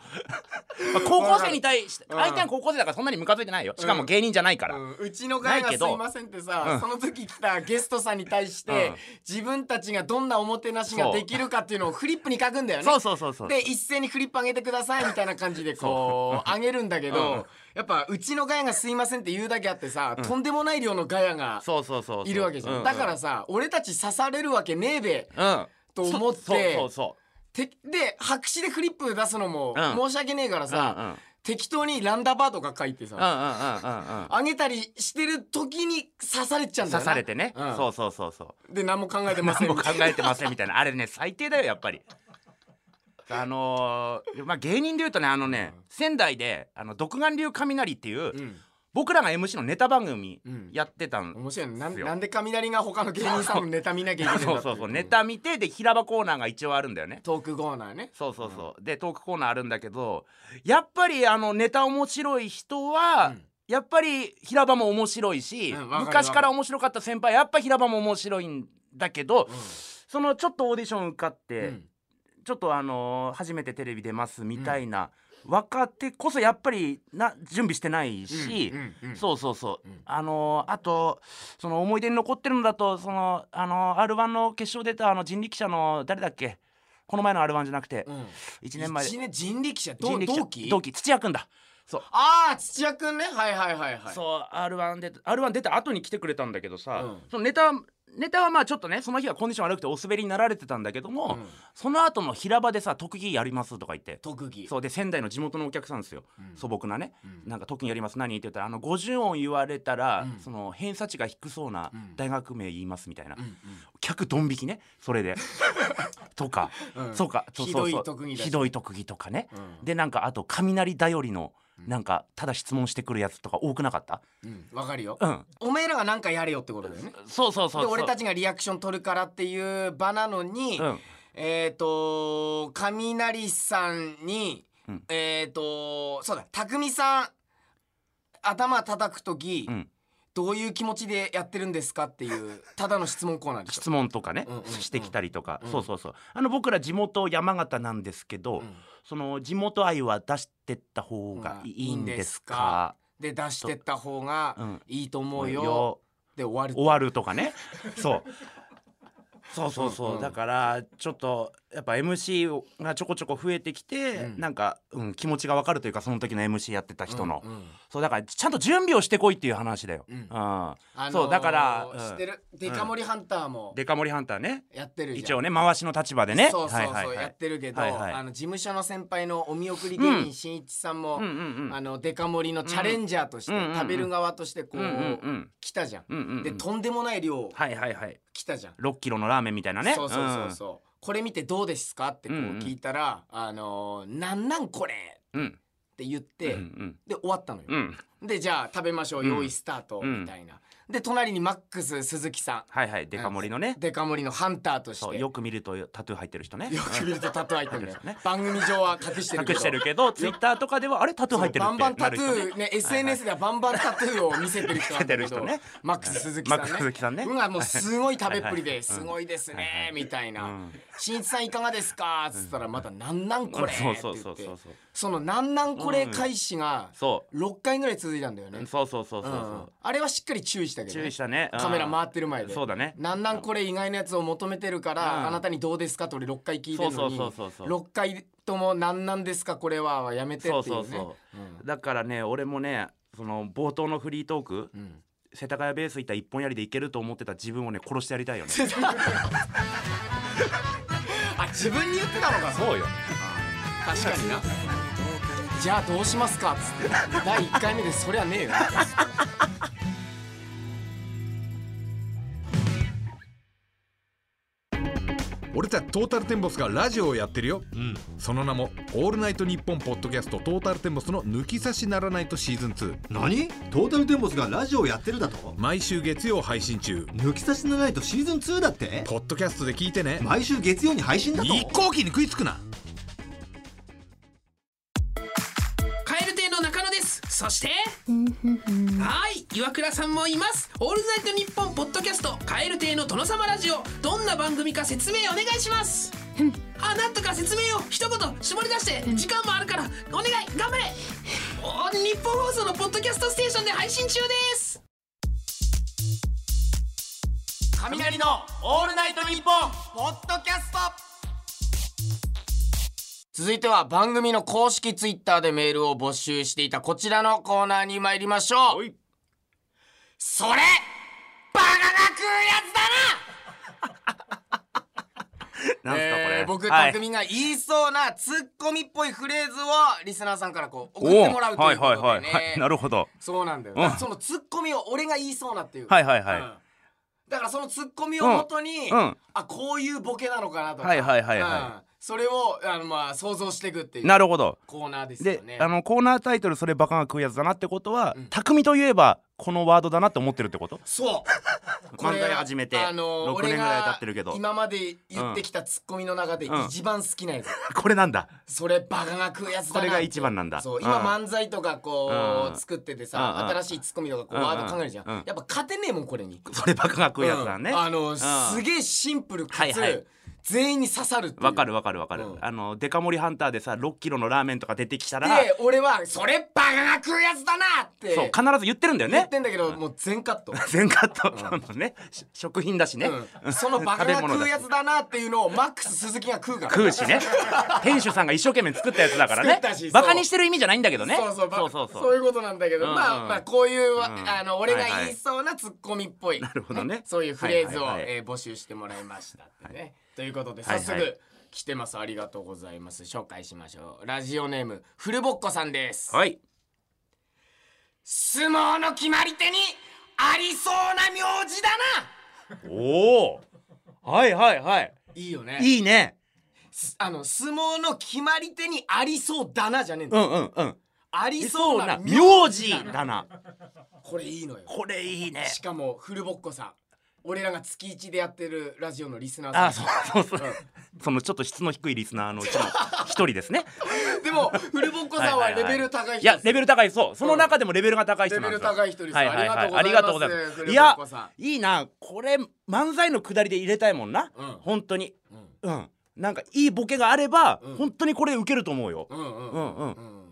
[SPEAKER 2] まあ高校生に対して
[SPEAKER 1] うん
[SPEAKER 2] 相手は高校生だからそんなにムカついてないよしかも芸人じゃないから、
[SPEAKER 1] うんうちの会が
[SPEAKER 2] ない
[SPEAKER 1] す
[SPEAKER 2] けど
[SPEAKER 1] いませんってさ、
[SPEAKER 2] うん
[SPEAKER 1] その時来たゲストさんに対して、
[SPEAKER 2] うん
[SPEAKER 1] 自分たちがどんなおもてなしができるかっていうのをフリップに書くんだよね
[SPEAKER 2] そうそうそうそう
[SPEAKER 1] で一斉にフリップ上げてくださいみたいな感じでこう上げるんだけど、やっぱうちのガヤがすいませんって言うだけあってさ、とんでもない量のガヤが
[SPEAKER 2] そうそうそうそう
[SPEAKER 1] いるわけじゃん、
[SPEAKER 2] うう
[SPEAKER 1] だからさ俺たち刺されるわけねえべ
[SPEAKER 2] うん
[SPEAKER 1] と思って
[SPEAKER 2] そうそうそう
[SPEAKER 1] てで白紙でフリップ出すのも
[SPEAKER 2] うん
[SPEAKER 1] 申し訳ねえから
[SPEAKER 2] そう
[SPEAKER 1] さ、適当にランダーバーとか書いて
[SPEAKER 2] うんうんう
[SPEAKER 1] さ、
[SPEAKER 2] んうんうん
[SPEAKER 1] あげたりしてる時に刺されちゃうんだよ
[SPEAKER 2] 刺
[SPEAKER 1] な
[SPEAKER 2] されてね、
[SPEAKER 1] うん
[SPEAKER 2] そうそうそうそう
[SPEAKER 1] で何も考えてませ
[SPEAKER 2] 何
[SPEAKER 1] ん
[SPEAKER 2] も考えてませんみたいなあれね最低だよやっぱりあのーまあ芸人でいうとねあのね仙台であの独眼流雷っていう、
[SPEAKER 1] うん
[SPEAKER 2] 僕らが MC のネタ番組
[SPEAKER 1] うん
[SPEAKER 2] やってたん、
[SPEAKER 1] 面白いねな
[SPEAKER 2] で
[SPEAKER 1] ん
[SPEAKER 2] すよ
[SPEAKER 1] なんで雷が他の芸人さんのネタ見なきゃいけないんだ
[SPEAKER 2] そう
[SPEAKER 1] ってい
[SPEAKER 2] そうそうネタ見てで平場コーナーが一応あるんだよね
[SPEAKER 1] トークコーナーね
[SPEAKER 2] そうそうそう、でトークコーナーあるんだけどやっぱりあのネタ面白い人は、
[SPEAKER 1] うん
[SPEAKER 2] やっぱり平場も面白いし、
[SPEAKER 1] うんわかるわかる
[SPEAKER 2] 昔から面白かった先輩やっぱ平場も面白いんだけど、そのちょっとオーディション受かって、
[SPEAKER 1] うん
[SPEAKER 2] ちょっとあのー初めてテレビ出ますみたいな、若手こそやっぱりな準備してないし、
[SPEAKER 1] うんうんうん
[SPEAKER 2] そうそうそう、
[SPEAKER 1] うん
[SPEAKER 2] あのーあとその思い出に残ってるのだとそのあの r 1の決勝出たあの人力車の誰だっけこの前の r 1じゃなくて、
[SPEAKER 1] うん
[SPEAKER 2] 1年前で
[SPEAKER 1] 一年人力車ど
[SPEAKER 2] 人力車
[SPEAKER 1] 同期
[SPEAKER 2] 同期土屋君だそう
[SPEAKER 1] ああ土屋くんねはいはいはいはい
[SPEAKER 2] そう R1 出て R1 出た後に来てくれたんだけどさ、
[SPEAKER 1] うん
[SPEAKER 2] そのネタネタはまあちょっとねその日はコンディション悪くてお滑りになられてたんだけども、
[SPEAKER 1] うん
[SPEAKER 2] その後の平場でさ特技やりますとか言って
[SPEAKER 1] 特技
[SPEAKER 2] そうで仙台の地元のお客さんですよ、
[SPEAKER 1] うん
[SPEAKER 2] 素朴なね、
[SPEAKER 1] うん
[SPEAKER 2] なんか特技やります何って言ったらあの50音言われたら、
[SPEAKER 1] うん
[SPEAKER 2] その偏差値が低そうな
[SPEAKER 1] うん
[SPEAKER 2] 大学名言いますみたいな、
[SPEAKER 1] うんうん
[SPEAKER 2] 客ドン引きね それでとか、
[SPEAKER 1] うん
[SPEAKER 2] そうかそうそうそう
[SPEAKER 1] ひどい特技だし
[SPEAKER 2] ひどい特技とかね、
[SPEAKER 1] うん
[SPEAKER 2] でなんかあと雷頼りのなんかただ質問してくるやつとか多くなかった
[SPEAKER 1] うんわかるよ
[SPEAKER 2] うん
[SPEAKER 1] お前らがなんかやれよってことだよね
[SPEAKER 2] そうそうそうそう
[SPEAKER 1] で俺たちがリアクション取るからっていう場なのに、
[SPEAKER 2] うん
[SPEAKER 1] えっ、と雷さんに、
[SPEAKER 2] うん
[SPEAKER 1] えっ、とそうだ匠さん頭叩く時、
[SPEAKER 2] うん
[SPEAKER 1] どういう気持ちでやってるんですかっていうただの質問コーナーでしょ。
[SPEAKER 2] 質問とかね、
[SPEAKER 1] うんうんうん
[SPEAKER 2] してきたりとか、
[SPEAKER 1] うん
[SPEAKER 2] そうそうそうあの僕ら地元山形なんですけど、
[SPEAKER 1] うん
[SPEAKER 2] その地元愛は出してった方がいいんですか、
[SPEAKER 1] で出してった方が
[SPEAKER 2] うん
[SPEAKER 1] いいと思うよ、
[SPEAKER 2] よ
[SPEAKER 1] で終わる
[SPEAKER 2] 終わると かねそうそうそうそう、
[SPEAKER 1] うんうん
[SPEAKER 2] だからちょっとやっぱ MC がちょこちょこ増えてきて、
[SPEAKER 1] うん
[SPEAKER 2] なんか、うん、気持ちが分かるというかその時の MC やってた人の、
[SPEAKER 1] うんうん
[SPEAKER 2] そうだからちゃんと準備をしてこいっていう話だよ、
[SPEAKER 1] うん
[SPEAKER 2] うん
[SPEAKER 1] あのー
[SPEAKER 2] そうだから、
[SPEAKER 1] 知って
[SPEAKER 2] うん
[SPEAKER 1] るデカ盛りハンターも
[SPEAKER 2] デカ盛りハンターね
[SPEAKER 1] やってるじゃん
[SPEAKER 2] 一応ね回しの立場でね
[SPEAKER 1] そうそうそう、
[SPEAKER 2] はいはいはい
[SPEAKER 1] やってるけど、
[SPEAKER 2] はいはい
[SPEAKER 1] あの事務所の先輩のお見送り芸
[SPEAKER 2] うん
[SPEAKER 1] 人しんいちさんも、
[SPEAKER 2] うんうんうん
[SPEAKER 1] あのデカ盛りのチャレンジャーとして、
[SPEAKER 2] うんうんうん
[SPEAKER 1] 食べる側としてこう、
[SPEAKER 2] うんうん
[SPEAKER 1] 来たじゃん。
[SPEAKER 2] うんうんうん
[SPEAKER 1] でとんでもない量
[SPEAKER 2] はいはいはい
[SPEAKER 1] 来たじゃん。
[SPEAKER 2] 6キロのラーメンみたいなね
[SPEAKER 1] そうそうそうそう、これ見てどうですかってこう
[SPEAKER 2] うんうん
[SPEAKER 1] 聞いたら「あのーなんなんこれ!」
[SPEAKER 2] うんうん
[SPEAKER 1] って言っ
[SPEAKER 2] うん
[SPEAKER 1] て、で終わったのよ。
[SPEAKER 2] うん
[SPEAKER 1] でじゃあ食べましょう、
[SPEAKER 2] うん
[SPEAKER 1] 用意スタート
[SPEAKER 2] うん
[SPEAKER 1] みたいな。で隣にマックス鈴木さん
[SPEAKER 2] はいはいデカ盛りのね
[SPEAKER 1] デカ盛りのハンターとし
[SPEAKER 2] そ
[SPEAKER 1] て
[SPEAKER 2] うよく見るとタトゥー入ってる人ね
[SPEAKER 1] よく見るとタトゥー入ってるんだよ、番組上は隠してるけ
[SPEAKER 2] 隠
[SPEAKER 1] ど
[SPEAKER 2] してる けどツイッターとかではあれタトゥー入ってる
[SPEAKER 1] バ
[SPEAKER 2] っ
[SPEAKER 1] ン
[SPEAKER 2] て
[SPEAKER 1] バンタト
[SPEAKER 2] なる人
[SPEAKER 1] ゥーね SNS ではバンバンタトゥーを見せてる人なんだけ
[SPEAKER 2] 見せて
[SPEAKER 1] ど
[SPEAKER 2] る人ね
[SPEAKER 1] マックス鈴木さん
[SPEAKER 2] マッ
[SPEAKER 1] ね
[SPEAKER 2] クス鈴木さんね
[SPEAKER 1] うわもうすごい食べっぷり
[SPEAKER 2] はいはいは
[SPEAKER 1] で
[SPEAKER 2] い
[SPEAKER 1] すごいです
[SPEAKER 2] はいは
[SPEAKER 1] ね
[SPEAKER 2] い
[SPEAKER 1] みたいうなん「しんいちさんいかがですか?」っつったらまた「なんなんこれ」って
[SPEAKER 2] そ
[SPEAKER 1] 言
[SPEAKER 2] う
[SPEAKER 1] っ
[SPEAKER 2] そうそう
[SPEAKER 1] て
[SPEAKER 2] そうそう
[SPEAKER 1] その「なんなんこれ」開始が
[SPEAKER 2] そう
[SPEAKER 1] 6回ぐらい続いたんだよね
[SPEAKER 2] そうそうそうそううん
[SPEAKER 1] あれはしっかり注意したけど
[SPEAKER 2] 注
[SPEAKER 1] ね
[SPEAKER 2] 意したねうん
[SPEAKER 1] カメラ回ってる前で
[SPEAKER 2] そうだね
[SPEAKER 1] なんなんこれ意外なやつを求めてるから、
[SPEAKER 2] うん
[SPEAKER 1] あなたにどうですかって俺6回聞いてるのに
[SPEAKER 2] そうそうそうそう
[SPEAKER 1] 6回ともなんなんですかこれははやめて
[SPEAKER 2] そう
[SPEAKER 1] っていう
[SPEAKER 2] そ
[SPEAKER 1] ね
[SPEAKER 2] うそう
[SPEAKER 1] うん
[SPEAKER 2] だからね俺もねその冒頭のフリートーク
[SPEAKER 1] うん
[SPEAKER 2] 世田谷ベース行った一本やりでいけると思ってた自分をね殺してやり たいよね
[SPEAKER 1] あ自分に言ってたのか
[SPEAKER 2] そうよ
[SPEAKER 1] 確かになじゃあどうしますかっつって第1回目でそりゃねえよ
[SPEAKER 3] 俺たちトータルテンボスがラジオをやってるよ、その名も「オールナイトニッポン」ポッドキャスト「トータルテンボスの抜き差しならないとシーズン2
[SPEAKER 4] 何トータルテンボスがラジオやってるだと」
[SPEAKER 3] 毎週月曜配信中
[SPEAKER 4] 抜き差しのないとシーズン2だって
[SPEAKER 3] ポッドキャストで聞いてね
[SPEAKER 4] 毎週月曜に配信だと
[SPEAKER 3] 一向機に食いつくな
[SPEAKER 5] カエル亭の中野ですそしてはい岩倉さんもいますオールナイトニッポンポッドキャストカエル亭の殿様ラジオどんな番組か説明お願いしますあなんとか説明を一言絞り出して時間もあるからお願い頑張れお日本放送のポッドキャストステーションで配信中です
[SPEAKER 1] 雷の「オールナイトニッポン」ポッドキャスト続いては番組の公式ツイッターでメールを募集していたこちらのコーナーに参りましょう
[SPEAKER 3] い
[SPEAKER 1] それバカが食うやつだな
[SPEAKER 2] なんすかこ
[SPEAKER 1] え
[SPEAKER 2] れ、
[SPEAKER 1] ー僕、
[SPEAKER 2] はい
[SPEAKER 1] 匠が言いそうなツッコミっぽいフレーズをリスナーさんからこう送
[SPEAKER 2] お
[SPEAKER 1] って
[SPEAKER 2] ー
[SPEAKER 1] もらうと
[SPEAKER 2] はいいう
[SPEAKER 1] こ
[SPEAKER 2] はい
[SPEAKER 1] と
[SPEAKER 2] は
[SPEAKER 1] で
[SPEAKER 2] いはい
[SPEAKER 1] ね
[SPEAKER 2] なるほど
[SPEAKER 1] そうなんだよ、
[SPEAKER 2] うん
[SPEAKER 1] だからそのツッコミを俺が言いそうなっていう
[SPEAKER 2] はいはいは
[SPEAKER 1] う
[SPEAKER 2] い
[SPEAKER 1] んだからそのツッコミをもとに、
[SPEAKER 2] うんうん
[SPEAKER 1] あこういうボケなのかなとか
[SPEAKER 2] はいはいはいはい
[SPEAKER 1] うんそれをあのまあ想像していくっていう
[SPEAKER 2] なるほど
[SPEAKER 1] コーナーです
[SPEAKER 2] で
[SPEAKER 1] よね
[SPEAKER 2] あのコーナータイトルそれバカが食うやつだなってことは、匠といえばこのワードだなって思ってるっ てこと
[SPEAKER 1] そうこれ
[SPEAKER 2] 漫才始めて
[SPEAKER 1] あの
[SPEAKER 2] 6年ぐらい経ってるけど
[SPEAKER 1] 俺が今まで言ってきたツッコミの中で
[SPEAKER 2] うん
[SPEAKER 1] 一番好きなやつ、
[SPEAKER 2] これなんだ
[SPEAKER 1] それバカが食うやつだなって
[SPEAKER 2] これが一番なんだ
[SPEAKER 1] そう
[SPEAKER 2] うん
[SPEAKER 1] 今漫才とかこ
[SPEAKER 2] うん
[SPEAKER 1] う作っててさ
[SPEAKER 2] うん
[SPEAKER 1] 新しいツッコミとかこう
[SPEAKER 2] うん
[SPEAKER 1] ワード考えるじゃ
[SPEAKER 2] うん
[SPEAKER 1] んやっぱ勝てねえもんこれに
[SPEAKER 2] それバカが食うやつだね、
[SPEAKER 1] うんあの
[SPEAKER 2] ん
[SPEAKER 1] すげえシンプルか
[SPEAKER 2] はいはい
[SPEAKER 1] つ全員に刺さるっていう
[SPEAKER 2] わかるわかるわかる、
[SPEAKER 1] うん
[SPEAKER 2] あのデカ盛りハンターでさ6キロのラーメンとか出てきたら
[SPEAKER 1] で俺はそれバカが食うやつだなって
[SPEAKER 2] そう必ず言ってるんだよ
[SPEAKER 1] 言
[SPEAKER 2] ね
[SPEAKER 1] ってんだけどもう全カット
[SPEAKER 2] 全カット、そのねし食品だしね、
[SPEAKER 1] うんそのバカが食うやつだなっていうのをマックス鈴木が食うから
[SPEAKER 2] 食うしね店主さんが一生懸命作ったやつだから
[SPEAKER 1] 作
[SPEAKER 2] ね
[SPEAKER 1] ったしそう
[SPEAKER 2] バカにしてる意味じゃないんだけどね
[SPEAKER 1] そうそうば
[SPEAKER 2] そうそうそう
[SPEAKER 1] いうことなんだけど、
[SPEAKER 2] うんうん
[SPEAKER 1] まあまあこういう、あの俺が
[SPEAKER 2] はいはい
[SPEAKER 1] 言いそうなツッコミっぽい、
[SPEAKER 2] なるほどね
[SPEAKER 1] そういうフレーズを、
[SPEAKER 2] はいはいはい
[SPEAKER 1] えー募集してもらいましたってね、ということで
[SPEAKER 2] はいは
[SPEAKER 1] 早
[SPEAKER 2] い
[SPEAKER 1] 速来てます、ありがとうございます紹介しましょうラジオネームフルボッコさんです、
[SPEAKER 2] はい
[SPEAKER 1] 相撲の決まり手にありそうな名字だな
[SPEAKER 2] おおはいはいはい
[SPEAKER 1] いいよね
[SPEAKER 2] いいね
[SPEAKER 1] すあの相撲の決まり手にありそうだなじゃねえんだ
[SPEAKER 2] うんうんうん
[SPEAKER 1] ありそ
[SPEAKER 2] そううな
[SPEAKER 1] な
[SPEAKER 2] 名字だな
[SPEAKER 1] これいいのよ
[SPEAKER 2] これいいね
[SPEAKER 1] しかもフルボッコさん俺らが月一でやってるラジオのリスナーさん
[SPEAKER 2] あそうそうそうそのちょっと質の低いリスナーのうち の一人ですね
[SPEAKER 1] でもフルボッコさんはレベル高い人
[SPEAKER 2] いやレベル高いそうその中でもレベルが高い人
[SPEAKER 1] レ
[SPEAKER 2] な
[SPEAKER 1] ベ
[SPEAKER 2] ん
[SPEAKER 1] ル
[SPEAKER 2] ですよ
[SPEAKER 1] 高い人です、
[SPEAKER 2] はいはいはい
[SPEAKER 1] あ
[SPEAKER 2] あ
[SPEAKER 1] り
[SPEAKER 2] り
[SPEAKER 1] が
[SPEAKER 2] が
[SPEAKER 1] と
[SPEAKER 2] と
[SPEAKER 1] う
[SPEAKER 2] う
[SPEAKER 1] ご
[SPEAKER 2] ご
[SPEAKER 1] ざいま
[SPEAKER 2] ざいますす
[SPEAKER 1] フルボ
[SPEAKER 2] い
[SPEAKER 1] ッ
[SPEAKER 2] や
[SPEAKER 1] コさん
[SPEAKER 2] いいなこれ漫才のくだりで入れたいもんな、
[SPEAKER 1] うん
[SPEAKER 2] 本当にうんなんかいいボケがあれば、
[SPEAKER 1] うん
[SPEAKER 2] 本当にこれでウケると思うよ
[SPEAKER 1] う、んうん
[SPEAKER 2] うんうん
[SPEAKER 1] うん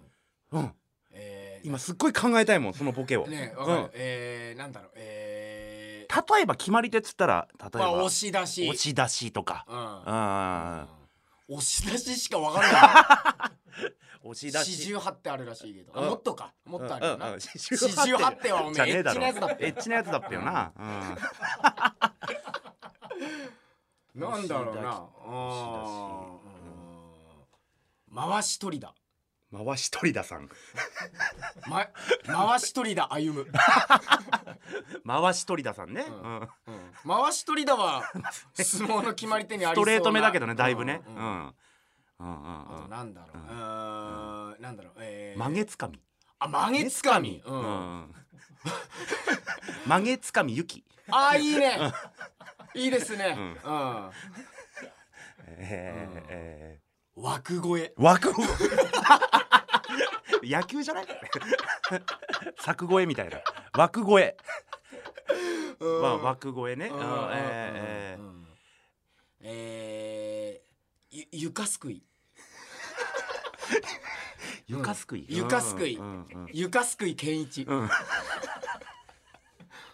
[SPEAKER 2] うん
[SPEAKER 1] え
[SPEAKER 2] 今すっごい考えたいもんそのボケを、
[SPEAKER 1] ー、ねえ
[SPEAKER 2] う
[SPEAKER 1] わかる、
[SPEAKER 2] ん、
[SPEAKER 1] えー、なんだろうえ
[SPEAKER 2] 例えば決まり手っつったら例え
[SPEAKER 1] ー、
[SPEAKER 2] ば、
[SPEAKER 1] まあ押
[SPEAKER 2] 押し
[SPEAKER 1] し出し
[SPEAKER 2] 出しとか、
[SPEAKER 1] うん
[SPEAKER 2] あ
[SPEAKER 1] 押し出ししかわからな
[SPEAKER 2] ー押し
[SPEAKER 1] い
[SPEAKER 2] 出
[SPEAKER 1] 四
[SPEAKER 2] し
[SPEAKER 1] 十八ってあるらしいけどあ
[SPEAKER 2] うん
[SPEAKER 1] もっとかもっとあるよ な、
[SPEAKER 2] うんうん
[SPEAKER 1] 四十八手はおめ
[SPEAKER 2] じゃ
[SPEAKER 1] え
[SPEAKER 2] ね
[SPEAKER 1] エ
[SPEAKER 2] え
[SPEAKER 1] ッ
[SPEAKER 2] だ
[SPEAKER 1] チ
[SPEAKER 2] ろ
[SPEAKER 1] なやつだって
[SPEAKER 2] エッチなやつだったよな、うん
[SPEAKER 1] なんだろうな
[SPEAKER 2] 押
[SPEAKER 1] うん回し取りだ
[SPEAKER 2] 回し鳥ださん
[SPEAKER 1] ま、回し取りだ歩む、
[SPEAKER 2] 回し鳥ださんね、
[SPEAKER 1] ん
[SPEAKER 2] うん
[SPEAKER 1] 回し取りだは相撲の決まり手にあ
[SPEAKER 2] ス
[SPEAKER 1] りそ
[SPEAKER 2] ト
[SPEAKER 1] うな
[SPEAKER 2] レート目だけどねだいぶね、う
[SPEAKER 1] うんん
[SPEAKER 2] う
[SPEAKER 1] うん
[SPEAKER 2] んうん
[SPEAKER 1] あと
[SPEAKER 2] うん
[SPEAKER 1] なんだろう、うーん、なんだろう、えー、
[SPEAKER 2] 曲げつかみ
[SPEAKER 1] あ曲げつかみ、うん
[SPEAKER 2] う
[SPEAKER 1] あ
[SPEAKER 2] ん曲げつかみゆき
[SPEAKER 1] ーいいねいいですね、うん
[SPEAKER 2] えーえ
[SPEAKER 1] 枠越え
[SPEAKER 2] ー枠を野球じゃない柵越えみたいな枠越え
[SPEAKER 1] うん
[SPEAKER 2] は枠越えね
[SPEAKER 1] うん
[SPEAKER 2] うん
[SPEAKER 1] うん
[SPEAKER 2] えーえ
[SPEAKER 1] う
[SPEAKER 2] ー
[SPEAKER 1] んえーゆ床すくい
[SPEAKER 2] 床すくい
[SPEAKER 1] うん床すくい
[SPEAKER 2] うんうんうん
[SPEAKER 1] 床すくい健一、うん
[SPEAKER 2] ん
[SPEAKER 1] うん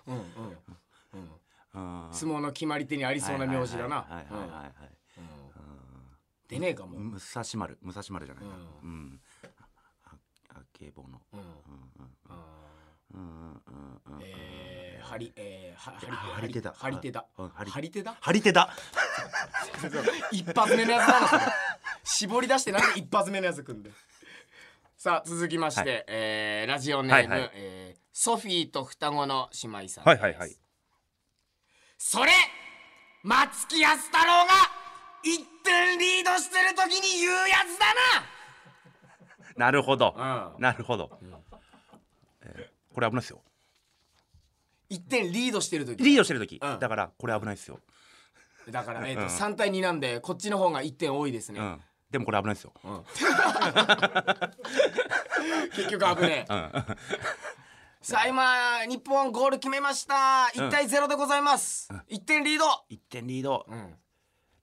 [SPEAKER 1] うん、
[SPEAKER 2] うん
[SPEAKER 1] 相撲の決まり手にありそうな名字だな
[SPEAKER 2] はいはいはいはいはい
[SPEAKER 1] うん出ねえかも、
[SPEAKER 2] 武蔵丸武蔵丸じゃないか
[SPEAKER 1] う
[SPEAKER 2] うんあああけぼの
[SPEAKER 1] うん
[SPEAKER 2] うんうん
[SPEAKER 1] う
[SPEAKER 2] うんうんうんう
[SPEAKER 1] ん
[SPEAKER 2] ん
[SPEAKER 1] えー、張り、えー、は
[SPEAKER 2] あ張り手だ
[SPEAKER 1] 張り手だ
[SPEAKER 2] うん張り
[SPEAKER 1] 張り手だ
[SPEAKER 2] 張り手だ
[SPEAKER 1] 一発目のやつなのそ れ絞り出してなんで一発目のやつくんでさあ続きまして、
[SPEAKER 2] は
[SPEAKER 1] えーラジオネーム、
[SPEAKER 2] はいはい
[SPEAKER 1] えーソフィーと双子の姉妹さんです、
[SPEAKER 2] はいはいはい
[SPEAKER 1] それ松木安太郎が一点リードしてる時に言うやつだ
[SPEAKER 2] なるほど
[SPEAKER 1] なうん
[SPEAKER 2] なるほど、えーこれ危ないですよ
[SPEAKER 1] 一点リードしてる時
[SPEAKER 2] リードしてる時、
[SPEAKER 1] うん
[SPEAKER 2] だからこれ危ないですよ、
[SPEAKER 1] だから、えー
[SPEAKER 2] う
[SPEAKER 1] と
[SPEAKER 2] ん
[SPEAKER 1] 3対2なんでこっちの方が1点多いですね、
[SPEAKER 2] うん、でもこれ危ないですよ、
[SPEAKER 1] 結局危ねえ、 さあ今日本ゴール決めました1対0でございます、一1点リード、
[SPEAKER 2] 一点リード、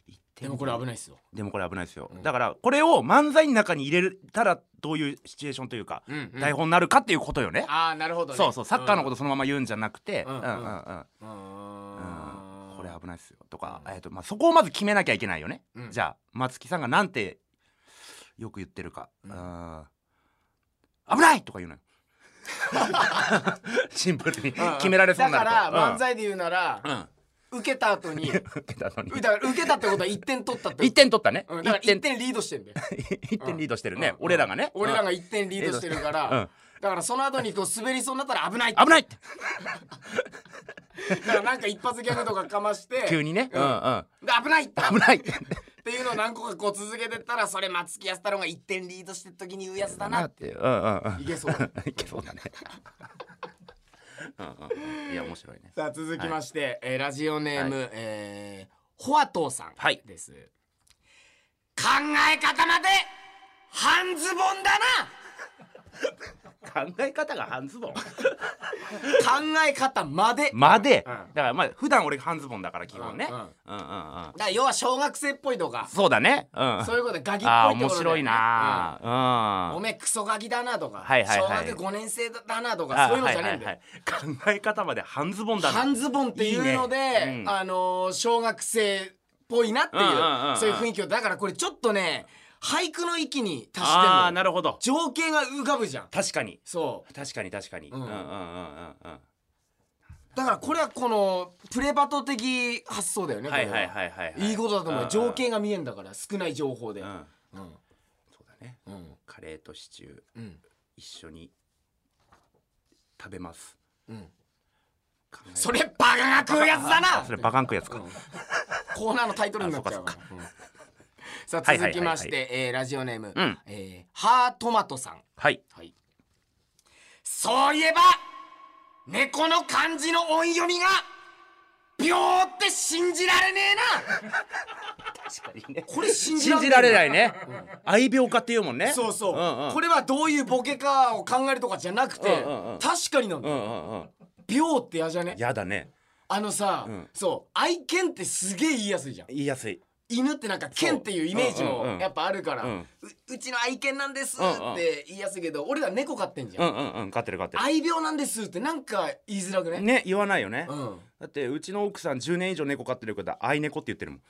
[SPEAKER 2] 一点
[SPEAKER 1] でもこれ危ないいっすよ
[SPEAKER 2] でもこれ危ないですよ、だからこれを漫才の中に入れたらどういうシチュエーションというか、
[SPEAKER 1] んうん
[SPEAKER 2] 台本になるかっていうことよね
[SPEAKER 1] ああなるほどね
[SPEAKER 2] そうそうサッカーの
[SPEAKER 1] こ
[SPEAKER 2] ことそのまま言うんじゃなくて、
[SPEAKER 1] う
[SPEAKER 2] うんん、
[SPEAKER 1] う
[SPEAKER 2] うん
[SPEAKER 1] う
[SPEAKER 2] んうんん
[SPEAKER 1] う
[SPEAKER 2] うんん
[SPEAKER 1] と、うーん
[SPEAKER 2] これ危ないですよとか、
[SPEAKER 1] うん
[SPEAKER 2] えっとまあ、そこをまず決めなきゃいけないよね、
[SPEAKER 1] うん
[SPEAKER 2] じゃあ松木さんがなんてよく言ってるか、あー危ないとか言う のよシンプルに決められそう
[SPEAKER 1] だ
[SPEAKER 2] にな
[SPEAKER 1] か
[SPEAKER 2] る
[SPEAKER 1] ら
[SPEAKER 2] うん
[SPEAKER 1] 漫才で言うなら、
[SPEAKER 2] うん
[SPEAKER 1] 受けた後にだ
[SPEAKER 2] 受けたのに
[SPEAKER 1] から受けたってことは1点取ったって
[SPEAKER 2] 1点取ったね、
[SPEAKER 1] うんだから
[SPEAKER 2] 一
[SPEAKER 1] 1
[SPEAKER 2] 点
[SPEAKER 1] 点リードしてんだよ
[SPEAKER 2] 一点リードしてるね、
[SPEAKER 1] うん
[SPEAKER 2] 俺らがね、
[SPEAKER 1] 俺らが
[SPEAKER 2] うん
[SPEAKER 1] 1点リードしてるから、
[SPEAKER 2] うん
[SPEAKER 1] だからその後にこう滑りそうになったら危ないって
[SPEAKER 2] 危ないって
[SPEAKER 1] だからなんか一発ギャグとかかまして
[SPEAKER 2] 急にね、う
[SPEAKER 1] うんん
[SPEAKER 2] うん、
[SPEAKER 1] で危ないって
[SPEAKER 2] 危ないって
[SPEAKER 1] っていうのを何個かこう続けてったらそれ松木安太郎が1点リードしてる時に言うやつだな
[SPEAKER 2] っ
[SPEAKER 1] って
[SPEAKER 2] てうんうんうん
[SPEAKER 1] い けそうだ
[SPEAKER 2] いけそ うだねうんうんうんいや面白いね
[SPEAKER 1] さあ続きまして、えーラジオネーム、えーホワトーさん
[SPEAKER 2] はい
[SPEAKER 1] です、考え方まで半ズボンだな
[SPEAKER 2] 考え方が半ズボン
[SPEAKER 1] 考え方まで
[SPEAKER 2] まで、
[SPEAKER 1] うん
[SPEAKER 2] だからまあ普段俺半ズボンだから基本ね、う
[SPEAKER 1] うんん
[SPEAKER 2] う
[SPEAKER 1] うんん
[SPEAKER 2] うんうん
[SPEAKER 1] だから要は小学生っぽいとか
[SPEAKER 2] そうだねうん
[SPEAKER 1] そういうことでガキっ
[SPEAKER 2] ああ
[SPEAKER 1] ぽいって
[SPEAKER 2] 面
[SPEAKER 1] こと
[SPEAKER 2] 白
[SPEAKER 1] だよね
[SPEAKER 2] いな
[SPEAKER 1] うん
[SPEAKER 2] あ
[SPEAKER 1] お
[SPEAKER 2] うん
[SPEAKER 1] めえクソガキだなとか、
[SPEAKER 2] はいはいは
[SPEAKER 1] 小
[SPEAKER 2] い
[SPEAKER 1] 学5年生だなと
[SPEAKER 2] あ
[SPEAKER 1] かそういうのじゃねえんだよ、
[SPEAKER 2] はいはいはい考え方まで半ズボンだな
[SPEAKER 1] 半ズボンっていうので
[SPEAKER 2] いいねうん
[SPEAKER 1] あのー小学生っぽいなっていう,、
[SPEAKER 2] うんうんうん
[SPEAKER 1] そういう雰囲気をだからこれちょっとね俳句の域に達してる
[SPEAKER 2] ああ
[SPEAKER 1] の
[SPEAKER 2] ーなるほど
[SPEAKER 1] 情景が浮かぶじゃん
[SPEAKER 2] 確かに
[SPEAKER 1] そう
[SPEAKER 2] 確かに確かに、うん、
[SPEAKER 1] ん
[SPEAKER 2] うんうんうんうん
[SPEAKER 1] だからこれはこのプレバト的発想だよねこ
[SPEAKER 2] は
[SPEAKER 1] れ
[SPEAKER 2] いはいはいはい
[SPEAKER 1] いいことだと思う、
[SPEAKER 2] んん
[SPEAKER 1] 情景が見えんだから少ない情報で
[SPEAKER 2] う
[SPEAKER 1] うんん
[SPEAKER 2] そうだね
[SPEAKER 1] うん
[SPEAKER 2] カレーとシチュー
[SPEAKER 1] うん
[SPEAKER 2] 一緒に食べます
[SPEAKER 1] うん
[SPEAKER 2] 考え
[SPEAKER 1] それバカが食うやつだ
[SPEAKER 2] あそれ
[SPEAKER 1] な
[SPEAKER 2] バカンクやつか、
[SPEAKER 1] コーナーのタイトルになっちゃうからうんさあ
[SPEAKER 2] はいはいはいはい
[SPEAKER 1] 続きましてえーラジオネーム
[SPEAKER 2] うん
[SPEAKER 1] えーハートマトさん
[SPEAKER 2] はい
[SPEAKER 1] はい。そういえば、猫の漢字の音読みが、秒って信じられねえな。
[SPEAKER 2] 確かにね
[SPEAKER 1] これ信じら
[SPEAKER 2] 信
[SPEAKER 1] れ
[SPEAKER 2] じられ
[SPEAKER 1] な。
[SPEAKER 2] ないいね、愛病家っていうもんね
[SPEAKER 1] そうそう、
[SPEAKER 2] んうん、
[SPEAKER 1] これはどういうボケかを考えるとかじゃなくて、
[SPEAKER 2] うんうんうん
[SPEAKER 1] 確かになんだ
[SPEAKER 2] う
[SPEAKER 1] よ、
[SPEAKER 2] んうんうん
[SPEAKER 1] 秒って嫌じゃね
[SPEAKER 2] やだね
[SPEAKER 1] あのさ、
[SPEAKER 2] ん
[SPEAKER 1] そう愛犬ってすげえ言いやすいじゃん
[SPEAKER 2] 言いやすい
[SPEAKER 1] 犬ってなんか犬っていうイメージ
[SPEAKER 2] うんうんう
[SPEAKER 1] も
[SPEAKER 2] ん
[SPEAKER 1] やっぱあるから、
[SPEAKER 2] う
[SPEAKER 1] うんうちの愛犬なんですって言いやすいけど、俺ら猫飼ってんじゃ、
[SPEAKER 2] うんんうんうん飼ってる飼って
[SPEAKER 1] 愛病なんですってなんか言いづらくね
[SPEAKER 2] るね言わないよね、
[SPEAKER 1] うん
[SPEAKER 2] だってうちの奥さん10年以上猫飼ってる方愛猫って言ってるもん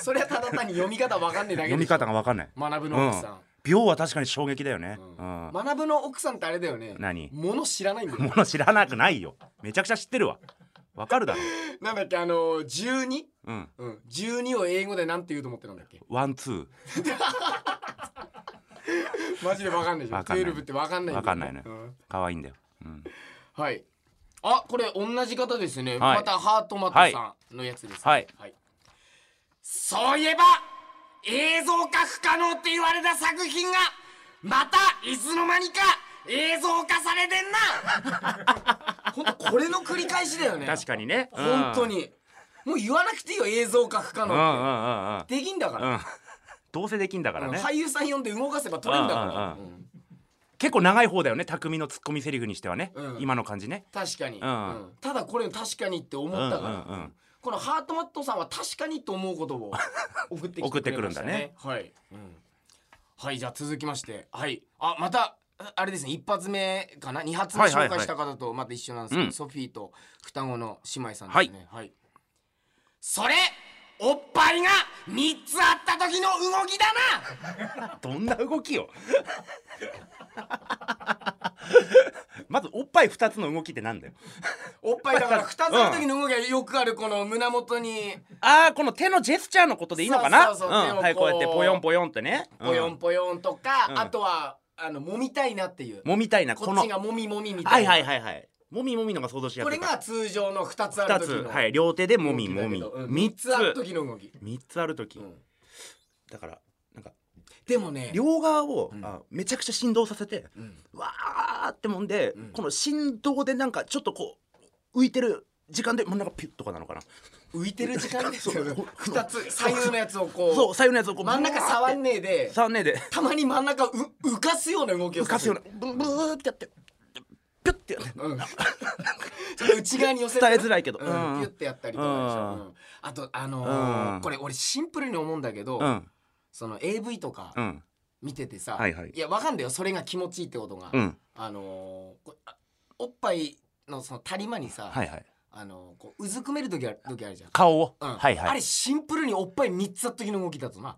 [SPEAKER 1] それはただ単に読み方わかんねえだけ
[SPEAKER 2] 読
[SPEAKER 1] で
[SPEAKER 2] み
[SPEAKER 1] しょ
[SPEAKER 2] 方が分かんない
[SPEAKER 1] 学ぶの奥さん、
[SPEAKER 2] 病は確かに衝撃だよね、うん
[SPEAKER 1] 学ぶの奥さんってあれだよね
[SPEAKER 2] 何
[SPEAKER 1] もの知らないんだよ
[SPEAKER 2] もの知らなくないよめちゃくちゃ知ってるわわかるだろ
[SPEAKER 1] なんだっけあのー、12?
[SPEAKER 2] うん
[SPEAKER 1] うん、12を英語でなんて言うと思ってたんだっけ
[SPEAKER 2] ワンツー
[SPEAKER 1] マジでわかんないでしょ
[SPEAKER 2] わかんない
[SPEAKER 1] 12ってわかんない
[SPEAKER 2] わ
[SPEAKER 1] だよ
[SPEAKER 2] かんないね
[SPEAKER 1] うん
[SPEAKER 2] 可愛いんだよ、うん、
[SPEAKER 1] はいあこれ同じ方ですね、
[SPEAKER 2] はい
[SPEAKER 1] またハートマットさんのやつです、ね
[SPEAKER 2] はい
[SPEAKER 1] そういえば映像化不可能って言われた作品がまたいつの間にか映像化されてんな 本当これの繰り返しだよね
[SPEAKER 2] 確かにね
[SPEAKER 1] 本当にもう言わなくていいよ映像化不可
[SPEAKER 2] うんうんうん
[SPEAKER 1] 能っ
[SPEAKER 2] うんうん
[SPEAKER 1] てできんだから、
[SPEAKER 2] どうせできんだからね、
[SPEAKER 1] 俳優さん呼んで動かせば撮れんだから、
[SPEAKER 2] うん
[SPEAKER 1] うん
[SPEAKER 2] 結構長い方だよね匠のツッコミセリフにしてはね、
[SPEAKER 1] うん
[SPEAKER 2] 今の感じね
[SPEAKER 1] 確かに、
[SPEAKER 2] うん
[SPEAKER 1] うんただこれ確かにって思ったから、
[SPEAKER 2] うんうんうん
[SPEAKER 1] このハートマットさんは確かにと思うことを送ってきて
[SPEAKER 2] 送っ
[SPEAKER 1] く
[SPEAKER 2] て
[SPEAKER 1] れ
[SPEAKER 2] くる
[SPEAKER 1] ま
[SPEAKER 2] ん
[SPEAKER 1] し
[SPEAKER 2] だ
[SPEAKER 1] た
[SPEAKER 2] ね
[SPEAKER 1] ねはい、うんはいじゃあ続きましてはいあまたああれですね一発目かな二発目
[SPEAKER 2] はいはい
[SPEAKER 1] 紹
[SPEAKER 2] はい
[SPEAKER 1] 介した方とまた一緒なんですけど、
[SPEAKER 2] うん
[SPEAKER 1] ソフィーと双子の姉妹さんですねはい、それおっぱいが三つあった時の動きだな
[SPEAKER 2] どんな 動きよまずおっぱい2つの動きってなんだよ
[SPEAKER 1] おっぱいだから二つの時の動きがよくあるこの胸元に
[SPEAKER 2] ああこの手のジェスチャーのことでいいのかな
[SPEAKER 1] そうそうそう手を
[SPEAKER 2] ん、はいこ
[SPEAKER 1] こ
[SPEAKER 2] う
[SPEAKER 1] う
[SPEAKER 2] やってポヨンポヨンってね
[SPEAKER 1] ポヨンポヨンとか、
[SPEAKER 2] うん
[SPEAKER 1] あとはあの揉みたいなっていう
[SPEAKER 2] うん、もみたいな
[SPEAKER 1] こっ
[SPEAKER 2] の
[SPEAKER 1] ちがもみもみみた
[SPEAKER 2] はいい
[SPEAKER 1] な、
[SPEAKER 2] はいはいはいもみもみのが想像しやす
[SPEAKER 1] こ
[SPEAKER 2] い
[SPEAKER 1] れ
[SPEAKER 2] から
[SPEAKER 1] が通常の二つあ
[SPEAKER 2] 2
[SPEAKER 1] る時
[SPEAKER 2] つ
[SPEAKER 1] の、
[SPEAKER 2] はい両手でもみも
[SPEAKER 1] 動き
[SPEAKER 2] み
[SPEAKER 1] だけどうん
[SPEAKER 2] 3
[SPEAKER 1] 三
[SPEAKER 2] つ
[SPEAKER 1] つある時の動き、
[SPEAKER 2] 3つある時、
[SPEAKER 1] うん
[SPEAKER 2] だからなんか
[SPEAKER 1] でもね
[SPEAKER 2] 両側を、あめちゃくちゃ振動させて、わーってもんで、この振動でなんかちょっとこう浮いてる時間で真ん中ピュッとかなのかな
[SPEAKER 1] 浮いてる時間ですよね
[SPEAKER 2] そう
[SPEAKER 1] 二つ左右のやつをこう
[SPEAKER 2] そう左右のやつをこう
[SPEAKER 1] 真ん中触んねえで
[SPEAKER 2] 触んねえで
[SPEAKER 1] たまに真ん中う浮かすような動きを
[SPEAKER 2] 浮かすよう
[SPEAKER 1] な
[SPEAKER 2] なブブーってやってピュッてやって
[SPEAKER 1] それ内側に寄せて
[SPEAKER 2] 伝えづらいけど
[SPEAKER 1] うん
[SPEAKER 2] う
[SPEAKER 1] ピ
[SPEAKER 2] んうん
[SPEAKER 1] ュってやったりとかでしょ
[SPEAKER 2] うん
[SPEAKER 1] うんあとあのー
[SPEAKER 2] うん
[SPEAKER 1] これ俺シンプルに思うんだけど、
[SPEAKER 2] うん
[SPEAKER 1] その AV とか
[SPEAKER 2] うん
[SPEAKER 1] 見ててさ、
[SPEAKER 2] はいはい
[SPEAKER 1] やわかんだよそれが気持ちいいってことが、
[SPEAKER 2] うん
[SPEAKER 1] あのーこあおっぱいのその足り間にさ、
[SPEAKER 2] はいはい
[SPEAKER 1] あのーこううずくめる時ある時あるじゃん、
[SPEAKER 2] 顔を、
[SPEAKER 1] うん
[SPEAKER 2] はいはい
[SPEAKER 1] あれシンプルにおっぱい3つあった時の動きだとな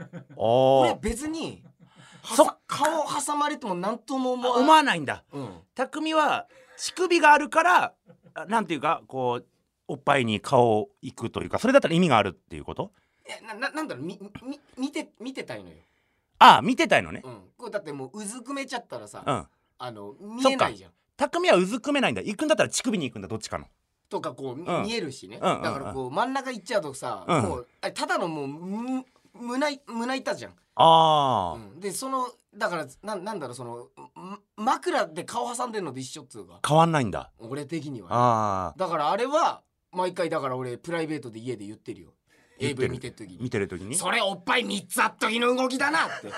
[SPEAKER 1] 俺
[SPEAKER 2] あ
[SPEAKER 1] 別には
[SPEAKER 2] そ
[SPEAKER 1] さ顔挟まれても何とも思
[SPEAKER 2] あ
[SPEAKER 1] わ
[SPEAKER 2] 思わないんだ
[SPEAKER 1] うん
[SPEAKER 2] 匠は乳首があるからあなんていうかこうおっぱいに顔をいくというかそれだったら意味があるっていうこと
[SPEAKER 1] えなななんだろうみみ見て見てたいのよ、
[SPEAKER 2] ああ見てたいのね
[SPEAKER 1] うん、これだってもううずくめちゃったらさ、
[SPEAKER 2] うん
[SPEAKER 1] あの見えないじゃん
[SPEAKER 2] 匠はうずくめないんだ行くんだったら乳首に行くんだどっちかの
[SPEAKER 1] とかこう、み
[SPEAKER 2] うん
[SPEAKER 1] 見えるしね、
[SPEAKER 2] うんうんうん
[SPEAKER 1] だからこう真ん中行っちゃうとさ、
[SPEAKER 2] うん
[SPEAKER 1] もうあれただのもうむ胸い胸板じゃん、
[SPEAKER 2] あ
[SPEAKER 1] う
[SPEAKER 2] あ、
[SPEAKER 1] ん、でそのだからなんなんだろうそのま枕で顔挟んでるのと一緒っつうか
[SPEAKER 2] 変わんないんだ
[SPEAKER 1] 俺的にはね、
[SPEAKER 2] ああ
[SPEAKER 1] だからあれは毎回だから俺プライベートで家で言ってるよ
[SPEAKER 2] 言ってる
[SPEAKER 1] AV 見てる時に
[SPEAKER 2] 見てる時に
[SPEAKER 1] それおっぱい3つあっときの動きだなって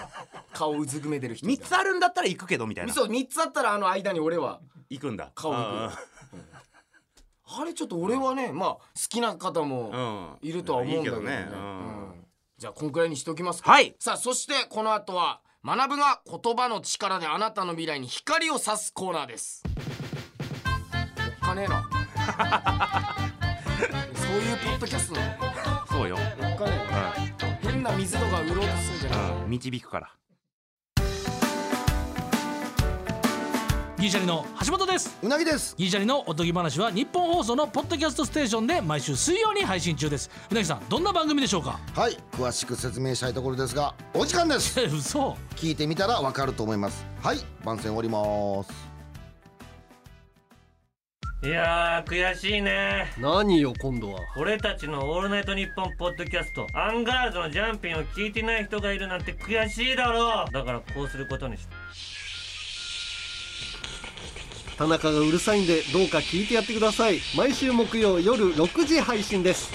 [SPEAKER 1] 顔うずくめてる人
[SPEAKER 2] 3つあるんだったら行くけどみたいな
[SPEAKER 1] そう3つあったらあの間に俺は
[SPEAKER 2] 行くんだ
[SPEAKER 1] 顔行くあれちょっと俺はねまあ好きな方も
[SPEAKER 2] ん
[SPEAKER 1] いるとは思うんだけどね
[SPEAKER 2] いいけどねうん
[SPEAKER 1] うんじゃあこんくらいにしておきますか
[SPEAKER 2] はい
[SPEAKER 1] さあそしてこの後は学ぶが言葉の力であなたの未来に光を差すコーナー ですおっかねえなそういうポッドキャストなの
[SPEAKER 2] そうよ、
[SPEAKER 1] おっかねえな変な水とか売ろうとするんじゃない
[SPEAKER 2] うん、導くから
[SPEAKER 6] ギリシャリの橋本です
[SPEAKER 4] うなぎです
[SPEAKER 6] ギリシャリのおとぎ話は日本放送のポッドキャストステーションで毎週水曜に配信中ですうなぎさんどんな番組でしょうか
[SPEAKER 7] はい詳しく説明したいところですがお時間です
[SPEAKER 6] え嘘
[SPEAKER 7] 聞いてみたらわかると思いますはい番宣終わります
[SPEAKER 8] いやー悔しいね
[SPEAKER 9] 何よ今度は
[SPEAKER 8] 俺たちの「オールナイトニッポン」ポッドキャストアンガールズのジャンピンを聞いてない人がいるなんて悔しいだろうだからこうすることにした
[SPEAKER 9] 田中がうるさいんでどうか聞いてやってください毎週木曜夜6時配信です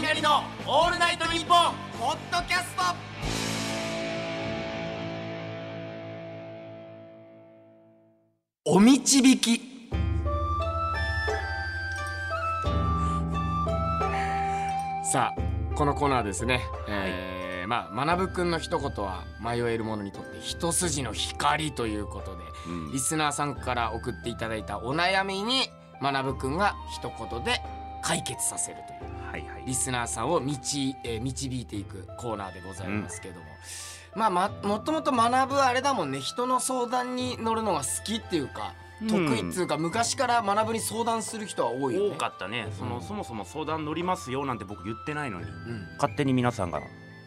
[SPEAKER 1] 雷のオールナイトニッポンポッドキャストお導きさあこのコーナーですね、えーまあ学ぶくんの一言は迷える者にとって一筋の光ということで、リスナーさんから送っていただいたお悩みに学ぶくんが一言で解決させるという
[SPEAKER 2] はいは
[SPEAKER 1] リ
[SPEAKER 2] い
[SPEAKER 1] スナーさんを導,、えー導いていくコーナーでございますけども、まあ、まもともと学ぶあれだもんね人の相談に乗るのが好きっていうか
[SPEAKER 2] うん
[SPEAKER 1] 得意っていうか、昔から学ぶに相談する人は多いよね。
[SPEAKER 2] 多かったねその、そもそも相談乗りますよなんて僕言ってないのに
[SPEAKER 1] うん
[SPEAKER 2] 勝手に皆さんが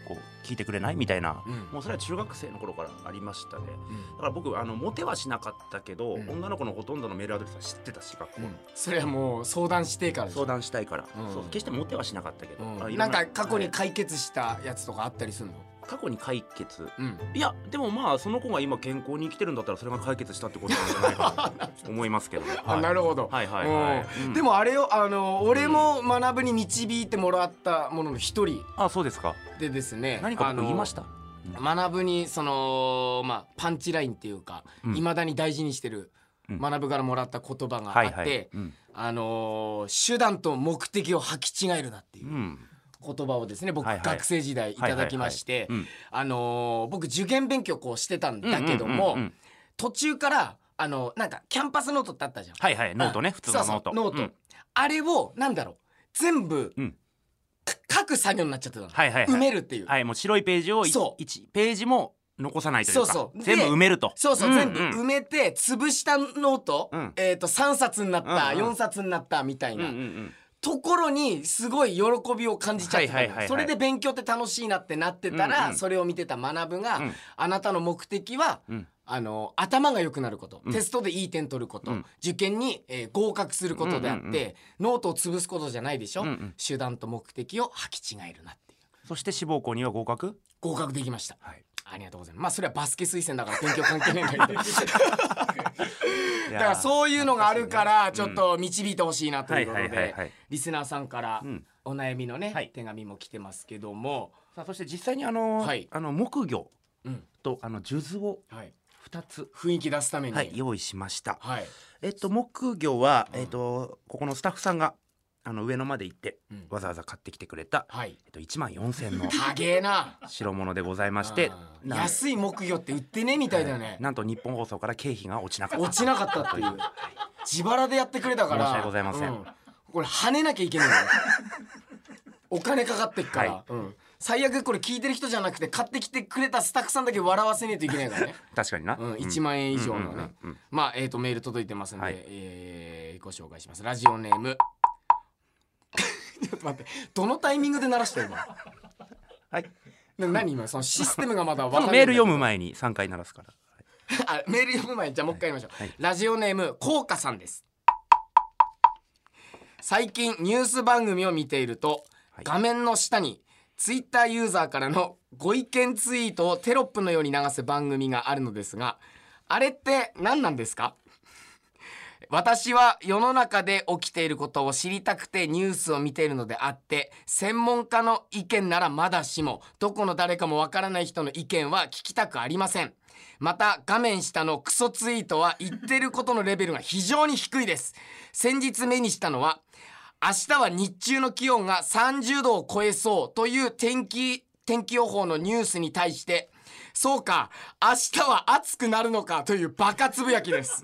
[SPEAKER 2] こう聞いてくれないみたいな、
[SPEAKER 1] うん
[SPEAKER 2] もうそれは中学生の頃からありましたね
[SPEAKER 1] うん
[SPEAKER 2] だから僕あのモテはしなかったけど、
[SPEAKER 1] うん
[SPEAKER 2] 女の子のほとんどのメールアドレスは知ってたし学校
[SPEAKER 1] う
[SPEAKER 2] の、
[SPEAKER 1] んそれはもう相談してからでしょ
[SPEAKER 2] 相談したいから、
[SPEAKER 1] うん
[SPEAKER 2] そう決してモテはしなかったけど、あ
[SPEAKER 1] う
[SPEAKER 2] い
[SPEAKER 1] ん、
[SPEAKER 2] ろ
[SPEAKER 1] なんんか過去に解決したやつとかあったりするの、
[SPEAKER 2] 過去に解決
[SPEAKER 1] うん、
[SPEAKER 2] いやでもまあその子が今健康に生きてるんだったらそれが解決したってことなんじゃないかなと思いますけどね、
[SPEAKER 1] あ
[SPEAKER 2] はい
[SPEAKER 1] なるほど、
[SPEAKER 2] はいはいはい
[SPEAKER 1] うん
[SPEAKER 2] うん
[SPEAKER 1] でもあれよあの俺も学ぶに導いてもらったものの一人
[SPEAKER 2] あそうですか
[SPEAKER 1] でですね
[SPEAKER 2] 何か
[SPEAKER 1] あ
[SPEAKER 2] 僕
[SPEAKER 1] の
[SPEAKER 2] 言いました
[SPEAKER 1] 学ぶにそのまあパンチラインっていうか
[SPEAKER 2] うん
[SPEAKER 1] いま、未だに大事にしてる
[SPEAKER 2] うん
[SPEAKER 1] 学ぶからもらった言葉があ
[SPEAKER 2] は
[SPEAKER 1] っ
[SPEAKER 2] い
[SPEAKER 1] て、
[SPEAKER 2] はい、うん
[SPEAKER 1] あのー手段と目的を履き違えるなっていううん言葉をですね僕、
[SPEAKER 2] はいはい
[SPEAKER 1] 学生時代いただきまして、
[SPEAKER 2] うん
[SPEAKER 1] あのー僕受験勉強こうしてたんだけども、
[SPEAKER 2] うんうんうんうん
[SPEAKER 1] 途中からあのなんかキャンパスノートってあったじゃん。
[SPEAKER 2] はいはいノートね
[SPEAKER 1] あ
[SPEAKER 2] 普通のノート
[SPEAKER 1] そうそうノート、
[SPEAKER 2] うん
[SPEAKER 1] あれをなんだろう全部、
[SPEAKER 2] うん
[SPEAKER 1] か書く作業になっちゃってたの、
[SPEAKER 2] はいはいはい
[SPEAKER 1] 埋めるっていう、
[SPEAKER 2] はいもう白いページをい
[SPEAKER 1] そう
[SPEAKER 2] 一ページも残さないというか
[SPEAKER 1] そうそうで
[SPEAKER 2] 全部埋めると
[SPEAKER 1] そうそう、
[SPEAKER 2] ん
[SPEAKER 1] 全部埋めて潰したノート、
[SPEAKER 2] うん
[SPEAKER 1] えっ、と3冊になった、
[SPEAKER 2] うんうん
[SPEAKER 1] 4冊になったみたい
[SPEAKER 2] うんう
[SPEAKER 1] な、
[SPEAKER 2] んうん
[SPEAKER 1] ところにすごい喜びを感じちゃってたの、
[SPEAKER 2] はいはいはいはい
[SPEAKER 1] それで勉強って楽しいなってなってたら、
[SPEAKER 2] うんうん
[SPEAKER 1] それを見てた学ぶが、
[SPEAKER 2] うん
[SPEAKER 1] あなたの目的は、
[SPEAKER 2] うん
[SPEAKER 1] あの頭が良くなること、
[SPEAKER 2] ん
[SPEAKER 1] テストでいい点取ること、
[SPEAKER 2] うん
[SPEAKER 1] 受験に、えー合格することであって、
[SPEAKER 2] うんうんう
[SPEAKER 1] ノートを潰すことじゃないでしょ、
[SPEAKER 2] うんうん
[SPEAKER 1] 手段と目的を履き違えるなっていう
[SPEAKER 2] そして志望校には合格
[SPEAKER 1] 合格できました、
[SPEAKER 2] はい
[SPEAKER 1] ありがとうございますまあそれはバスケ推薦だから勉強関係ないん だけど
[SPEAKER 2] い
[SPEAKER 1] だ
[SPEAKER 2] や
[SPEAKER 1] からそういうのがあるからちょっと導いてほしいなということ
[SPEAKER 2] はいはいはいは
[SPEAKER 1] で
[SPEAKER 2] い
[SPEAKER 1] リスナーさんから
[SPEAKER 2] うん
[SPEAKER 1] お悩みのね、
[SPEAKER 2] はい
[SPEAKER 1] 手紙も来てますけども、
[SPEAKER 2] さあそして実際にあの,、
[SPEAKER 1] はい
[SPEAKER 2] あの木魚
[SPEAKER 1] うん
[SPEAKER 2] とあの数珠を
[SPEAKER 1] はい、
[SPEAKER 2] 2つ、
[SPEAKER 1] 雰囲気出すために、
[SPEAKER 2] はい、用意しました
[SPEAKER 1] はい
[SPEAKER 2] えっと木魚は、えっとここのスタッフさんがあの上野まで行って、
[SPEAKER 1] うん
[SPEAKER 2] わざわざ買ってきてくれた、
[SPEAKER 1] はい
[SPEAKER 2] えっと、1万4,000の
[SPEAKER 1] 高えな
[SPEAKER 2] 白物でございまし て
[SPEAKER 1] あー
[SPEAKER 2] なん
[SPEAKER 1] 安い木魚って売ってねみたいだよね、
[SPEAKER 2] なんと日本放送から経費が落ちなかった
[SPEAKER 1] 落ちなかったっていう自腹でやってくれたから
[SPEAKER 2] 申し訳ございません
[SPEAKER 1] うこれ跳ねなきゃいけないのよお金かかってっから、うん最悪これ聞いてる人じゃなくて買ってきてくれたスタッフさんだけ笑わせねえといけないからね、
[SPEAKER 2] 確かにな、
[SPEAKER 1] うん、1万円以上のねまあえっ、とメール届いてますんで、
[SPEAKER 2] はい
[SPEAKER 1] えーご紹介しますラジオネーム ちょっと待ってどのタイミングで鳴らした今
[SPEAKER 2] はい
[SPEAKER 1] な何今そのシステムがまだ分
[SPEAKER 2] そ
[SPEAKER 1] かん
[SPEAKER 2] の
[SPEAKER 1] ない
[SPEAKER 2] メール読む前に3回鳴らすから
[SPEAKER 1] あメール読む前にじゃあもう一回やりましょう、
[SPEAKER 2] はい
[SPEAKER 1] ラジオネームこうかさんです最近ニュース番組を見ていると、
[SPEAKER 2] はい
[SPEAKER 1] 画面の下にツイッターユーザーからのご意見ツイートをテロップのように流す番組があるのですがあれって何なんですか私は世の中で起きていることを知りたくてニュースを見ているのであって専門家の意見ならまだしもどこの誰かもわからない人の意見は聞きたくありませんまた画面下のクソツイートは言ってることのレベルが非常に低いです先日目にしたのは明日は日中の気温が30度を超えそうという天気天気予報のニュースに対してそうか明日は暑くなるのかというバカつぶやきです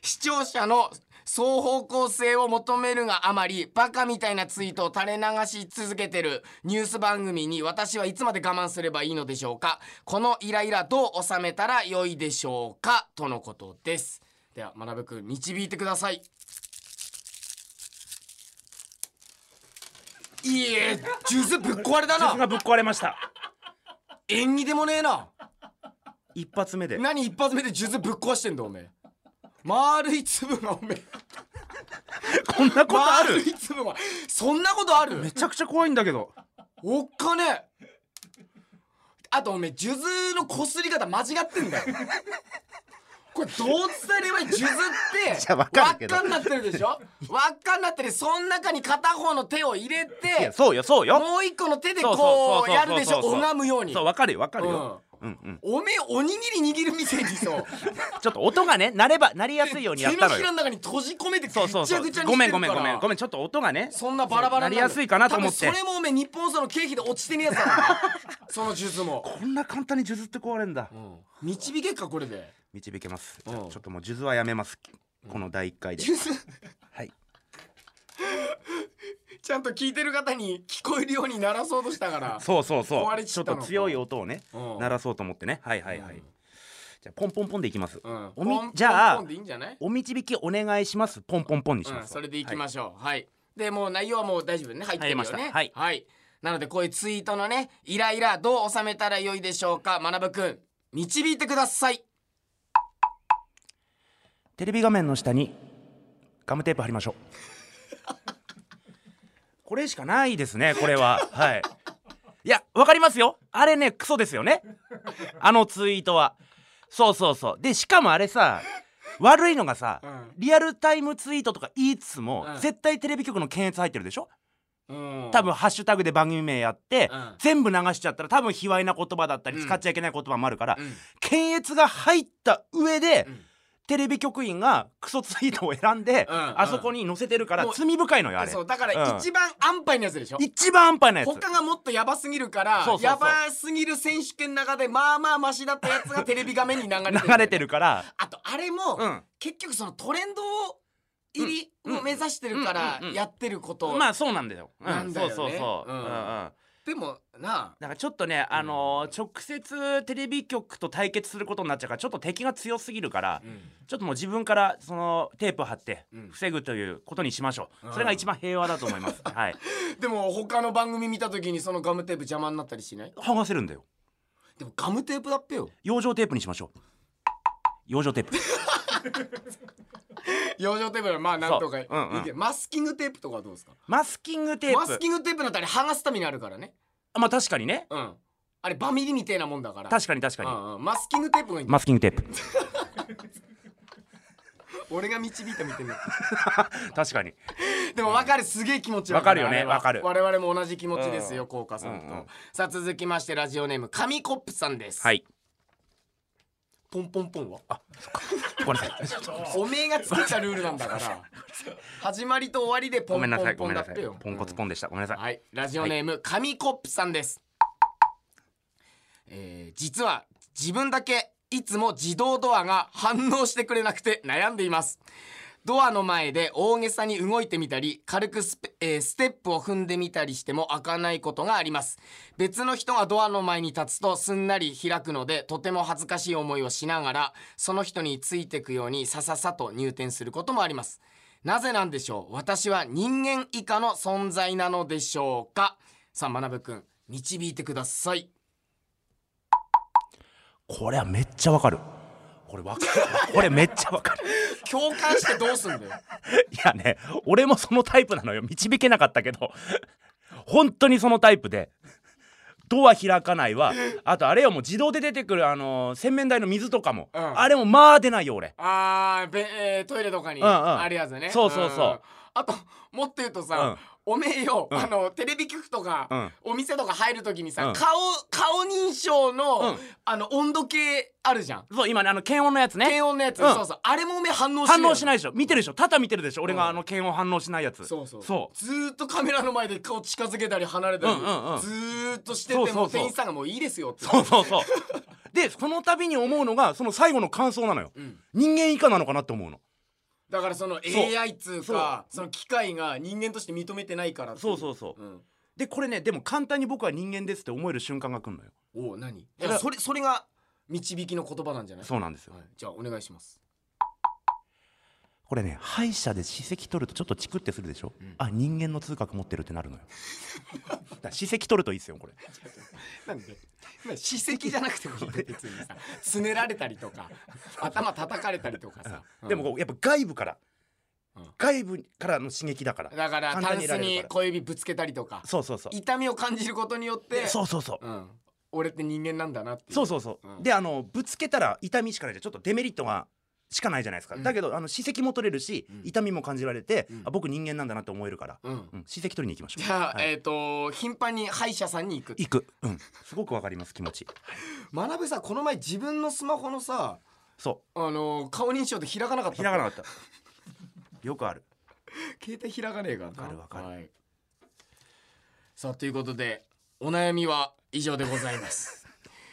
[SPEAKER 1] 視聴者の双方向性を求めるがあまりバカみたいなツイートを垂れ流し続けてるニュース番組に私はいつまで我慢すればいいのでしょうかこのイライラどう収めたら良いでしょうかとのことですでは学ぶくん導いてくださいいいえジュースぶっ壊れだ
[SPEAKER 2] さすが
[SPEAKER 1] な
[SPEAKER 2] ぶっ壊れました
[SPEAKER 1] 縁起でもねえな
[SPEAKER 2] 一発目で
[SPEAKER 1] 何一発目で数珠ぶっ壊してんだおめえ丸い粒がおめえ
[SPEAKER 2] こんなことあ
[SPEAKER 1] 丸
[SPEAKER 2] る
[SPEAKER 1] い粒がそんなことあ
[SPEAKER 2] め
[SPEAKER 1] る
[SPEAKER 2] ちゃくちゃ怖いんだけど
[SPEAKER 1] おっかねえあとおめえ数珠のこすり方間違ってんだよこれどう伝えればいい数珠って
[SPEAKER 7] やわかるけど
[SPEAKER 1] 輪っかになってるでしょ輪っかになってるその中に片方の手を入れ
[SPEAKER 2] いや
[SPEAKER 1] て
[SPEAKER 2] そうよそうよ
[SPEAKER 1] もう一個の手で
[SPEAKER 2] そうそう
[SPEAKER 1] こ
[SPEAKER 2] そう
[SPEAKER 1] う
[SPEAKER 2] そう
[SPEAKER 1] やるでしょ
[SPEAKER 2] そうそう
[SPEAKER 1] 拝むように
[SPEAKER 2] そうわかるよわかるよ、うんうん、
[SPEAKER 1] おめえおにぎり握るみたいにそう
[SPEAKER 2] ちょっと音がね鳴れば鳴りやすいようにやっ
[SPEAKER 1] 手
[SPEAKER 2] た
[SPEAKER 1] の
[SPEAKER 2] の
[SPEAKER 1] ひら
[SPEAKER 2] よ
[SPEAKER 1] の中に閉じ込めてぐ
[SPEAKER 2] そうそう
[SPEAKER 1] っち
[SPEAKER 2] そ
[SPEAKER 1] ゃぐ
[SPEAKER 2] う
[SPEAKER 1] ちゃにしてるから
[SPEAKER 2] ごめんごめんごめんごめんちょっと音がね
[SPEAKER 1] そんなバラバラに
[SPEAKER 2] なりやすいかなと思って
[SPEAKER 1] 多分それもおめえ日本放送の経費で落ちてねえやつだ からなその術も、
[SPEAKER 2] こんな簡単に数珠って壊れんだ、
[SPEAKER 1] うん、導けっかこれで
[SPEAKER 2] 導けますじゃあ
[SPEAKER 1] うん
[SPEAKER 2] ちょっともう数珠はやめますこの第一回で
[SPEAKER 1] 術
[SPEAKER 2] はい
[SPEAKER 1] ちゃんと聞いてる方に聞こえるように鳴らそうとしたから
[SPEAKER 2] そうそうそ
[SPEAKER 1] 壊
[SPEAKER 2] う
[SPEAKER 1] れ
[SPEAKER 2] ち
[SPEAKER 1] ちゃ
[SPEAKER 2] ょっ
[SPEAKER 1] ったの
[SPEAKER 2] と強い音をね
[SPEAKER 1] うん
[SPEAKER 2] 鳴らそうと思ってねはいはいはい、
[SPEAKER 1] うん
[SPEAKER 2] じゃあポンポンポンでいきます、
[SPEAKER 1] うん
[SPEAKER 2] おみ
[SPEAKER 1] ポン
[SPEAKER 2] じゃあ
[SPEAKER 1] ポンポンでいいんじゃない
[SPEAKER 2] お導きお願いしますポンポンポンにし
[SPEAKER 1] う
[SPEAKER 2] ま
[SPEAKER 1] ん、
[SPEAKER 2] す、
[SPEAKER 1] それでいき
[SPEAKER 2] は
[SPEAKER 1] ましょうはい、でもう内容はもう大丈夫ね入ってるよね
[SPEAKER 2] 入りましたはい
[SPEAKER 1] なのでこういうツイートのねイライラどう収めたらよいでしょうか学ぶくん導いてください
[SPEAKER 2] テレビ画面の下にガムテープ貼りましょう これしかないですねこれははいいやわかりますよあれねクソですよねあのツイートはそうそうそうでしかもあれさ悪いのがさ、
[SPEAKER 1] ん
[SPEAKER 2] リアルタイムツイートとか言いつつも、
[SPEAKER 1] うん
[SPEAKER 2] 絶対テレビ局の検閲入ってるでしょ
[SPEAKER 1] うん
[SPEAKER 2] 多分ハッシュタグで番組名やって、
[SPEAKER 1] うん
[SPEAKER 2] 全部流しちゃったら多分卑猥な言葉だったり、
[SPEAKER 1] うん
[SPEAKER 2] 使っちゃいけない言葉もあるから、
[SPEAKER 1] うん
[SPEAKER 2] 検閲が入った上で、
[SPEAKER 1] ん
[SPEAKER 2] テレビ局員がクソツイートを選んで、
[SPEAKER 1] うん
[SPEAKER 2] あそこに載せてるから
[SPEAKER 1] もう
[SPEAKER 2] 罪深いのよあれ
[SPEAKER 1] そうだから一番安牌のやつでしょ、
[SPEAKER 2] 一番安牌なやつ
[SPEAKER 1] 他がもっとヤバすぎるから
[SPEAKER 2] そうそうそう
[SPEAKER 1] ヤバすぎる選手権の中でまあまあマシだったやつがテレビ画面に流れてる
[SPEAKER 2] 流れてるから
[SPEAKER 1] あとあれも、
[SPEAKER 2] うん
[SPEAKER 1] 結局そのトレンドを入り
[SPEAKER 2] うん
[SPEAKER 1] を目指してるから
[SPEAKER 2] うんうんうん
[SPEAKER 1] やってること、
[SPEAKER 2] まあそうなんだよ,、うん、
[SPEAKER 1] なんだよね
[SPEAKER 2] そうそうそう、
[SPEAKER 1] うん
[SPEAKER 2] うんうん
[SPEAKER 1] でもなあ
[SPEAKER 2] だからちょっとね、あのー直接テレビ局と対決することになっちゃうからちょっと敵が強すぎるから、ちょっともう自分からそのテープ貼って
[SPEAKER 1] ん
[SPEAKER 2] 防ぐということにしましょう、それが一番平和だと思いますはい
[SPEAKER 1] でも他の番組見た時にそのガムテープ邪魔になったりしない
[SPEAKER 2] 剥がせるんだよ
[SPEAKER 1] でもガムテープだっぺよ
[SPEAKER 2] 養生テープにしましょう養生テープ
[SPEAKER 1] 養生テープならまあなんとかいいけ
[SPEAKER 2] そううんうん
[SPEAKER 1] どマスキングテープとかはどうですか
[SPEAKER 2] マスキングテープ
[SPEAKER 1] マスキングテープだったら剥がすためにあるからね
[SPEAKER 2] あまあ確かにね
[SPEAKER 1] うんあれバミリみたいなもんだから
[SPEAKER 2] 確かに確かに、
[SPEAKER 1] うんうん、マスキングテープがいいんだ
[SPEAKER 2] マスキングテープ
[SPEAKER 1] 俺が導いたみたいな
[SPEAKER 2] 確かに
[SPEAKER 1] でも分かるすげえ気持ち
[SPEAKER 2] 分かるよね
[SPEAKER 1] あれは
[SPEAKER 2] 分かる
[SPEAKER 1] 我々も同じ気持ちですよ、
[SPEAKER 2] うん
[SPEAKER 1] 効果さんと、
[SPEAKER 2] うんうん
[SPEAKER 1] さあ続きましてラジオネーム紙コップさんです
[SPEAKER 2] はい
[SPEAKER 1] ポンポンポンは
[SPEAKER 2] ごめんなさい
[SPEAKER 1] おめえが作ったルールなんだ から始まりと終わりでポ
[SPEAKER 2] ごめ
[SPEAKER 1] ン
[SPEAKER 2] んな
[SPEAKER 1] ポ
[SPEAKER 2] さ
[SPEAKER 1] ン
[SPEAKER 2] いご
[SPEAKER 1] ポ
[SPEAKER 2] め
[SPEAKER 1] ンだ
[SPEAKER 2] んな
[SPEAKER 1] っ
[SPEAKER 2] さ
[SPEAKER 1] て
[SPEAKER 2] い
[SPEAKER 1] よ
[SPEAKER 2] ポンコツポンでしたごめんなさい、
[SPEAKER 1] はい、ラジオネーム、紙コップさんです。えー実は自分だけいつも自動ドアが反応してくれなくて悩んでいます。ドアの前で大げさに動いてみたり、軽くスペ、えーステップを踏んでみたりしても開かないことがあります。別の人がドアの前に立つとすんなり開くので、とても恥ずかしい思いをしながら、その人についてくようにさささと入店することもあります。なぜなんでしょう私は人間以下の存在なのでしょうかさあ、学ぶくん、導いてください。
[SPEAKER 2] これはめっちゃわかるこれわかるこれめっちゃわかる
[SPEAKER 1] 共感してどうすんだよ。
[SPEAKER 2] いやね俺もそのタイプなのよ導けなかったけど本当にそのタイプでドア開かないはあとあれよもう自動で出てくるあのー洗面台の水とかも、
[SPEAKER 1] うん
[SPEAKER 2] あれもまあ出ないよ俺
[SPEAKER 1] あーべ、えートイレとかに
[SPEAKER 2] うんうん
[SPEAKER 1] あるやつね、
[SPEAKER 2] そうそうそうん
[SPEAKER 1] あともっと言うとさ、おめえよ、あのテレビ局とか、お店とか入るときにさ、
[SPEAKER 2] うん
[SPEAKER 1] 顔顔認証の、
[SPEAKER 2] うん
[SPEAKER 1] あの温度計あるじゃん
[SPEAKER 2] そう今ねあの検温のやつね
[SPEAKER 1] 低温のやつ、
[SPEAKER 2] うん
[SPEAKER 1] そうそうあれもおめえ反応し
[SPEAKER 2] 反応しないいでしょ見てるでしょただ見てるでしょ俺
[SPEAKER 1] うん
[SPEAKER 2] があの検温反応しないやつ
[SPEAKER 1] そうそう
[SPEAKER 2] そう
[SPEAKER 1] ずーっとカメラの前で顔近づけたり離れたり、
[SPEAKER 2] うんうんうん
[SPEAKER 1] ずーっとしてて
[SPEAKER 2] そうそうそう
[SPEAKER 1] もう店員さんがもういいですよって
[SPEAKER 2] そうそうそうでその度に思うのがその最後の感想なのよ、
[SPEAKER 1] ん
[SPEAKER 2] 人間以下なのかなって思うの
[SPEAKER 1] だからその AI っつうかその機械が人間として認めてないからってい
[SPEAKER 2] そうそうそう、
[SPEAKER 1] ん
[SPEAKER 2] でこれねでも簡単に僕は人間ですって思える瞬間が来るのよ
[SPEAKER 1] おお何い
[SPEAKER 2] それ
[SPEAKER 1] やそれそれが導きの言葉なんじゃない
[SPEAKER 2] そうなんですよ
[SPEAKER 1] はい、じゃあお願いします
[SPEAKER 2] これね歯医者で歯石取るとちょっとチクってするでしょ、あ人間の痛覚持ってるってな るのよだから歯石取るといいですよこれ
[SPEAKER 1] なんで史跡じゃなくてもいいんだよ別にさつねられたりと か頭叩かれたりとかさ、
[SPEAKER 2] でもこうやっぱ外部から、
[SPEAKER 1] ん
[SPEAKER 2] 外部からの刺激だから
[SPEAKER 1] だから
[SPEAKER 2] 簡
[SPEAKER 1] タン
[SPEAKER 2] 単にい
[SPEAKER 1] ス
[SPEAKER 2] られ
[SPEAKER 1] に
[SPEAKER 2] るから
[SPEAKER 1] 小指ぶつけたりとか
[SPEAKER 2] そうそうそう
[SPEAKER 1] 痛みを感じることによって
[SPEAKER 2] そうそうそう、
[SPEAKER 1] うん、俺って人間なんだなっていう
[SPEAKER 2] そうそうそう、
[SPEAKER 1] うん
[SPEAKER 2] であのぶつけたら痛みしかないじゃんちょっとデメリットがしかないじゃないですか、だけどあの歯石も取れるし、痛みも感じられて、あ僕人間なんだなって思えるから、
[SPEAKER 1] う、ん、
[SPEAKER 2] うん、歯石取りに行きましょう
[SPEAKER 1] じゃあ、
[SPEAKER 2] はい
[SPEAKER 1] えっ、と頻繁に歯医者さんに行く
[SPEAKER 2] 行くうんすごくわかります気持ち
[SPEAKER 1] 学べさこの前自分のスマホのさ
[SPEAKER 2] そ
[SPEAKER 1] あの顔認証で開かなかっ
[SPEAKER 2] う
[SPEAKER 1] た
[SPEAKER 2] 開かなかったよくある
[SPEAKER 1] 携帯開かねえからな
[SPEAKER 2] わかるわかる
[SPEAKER 1] はいさあということでお悩みは以上でございます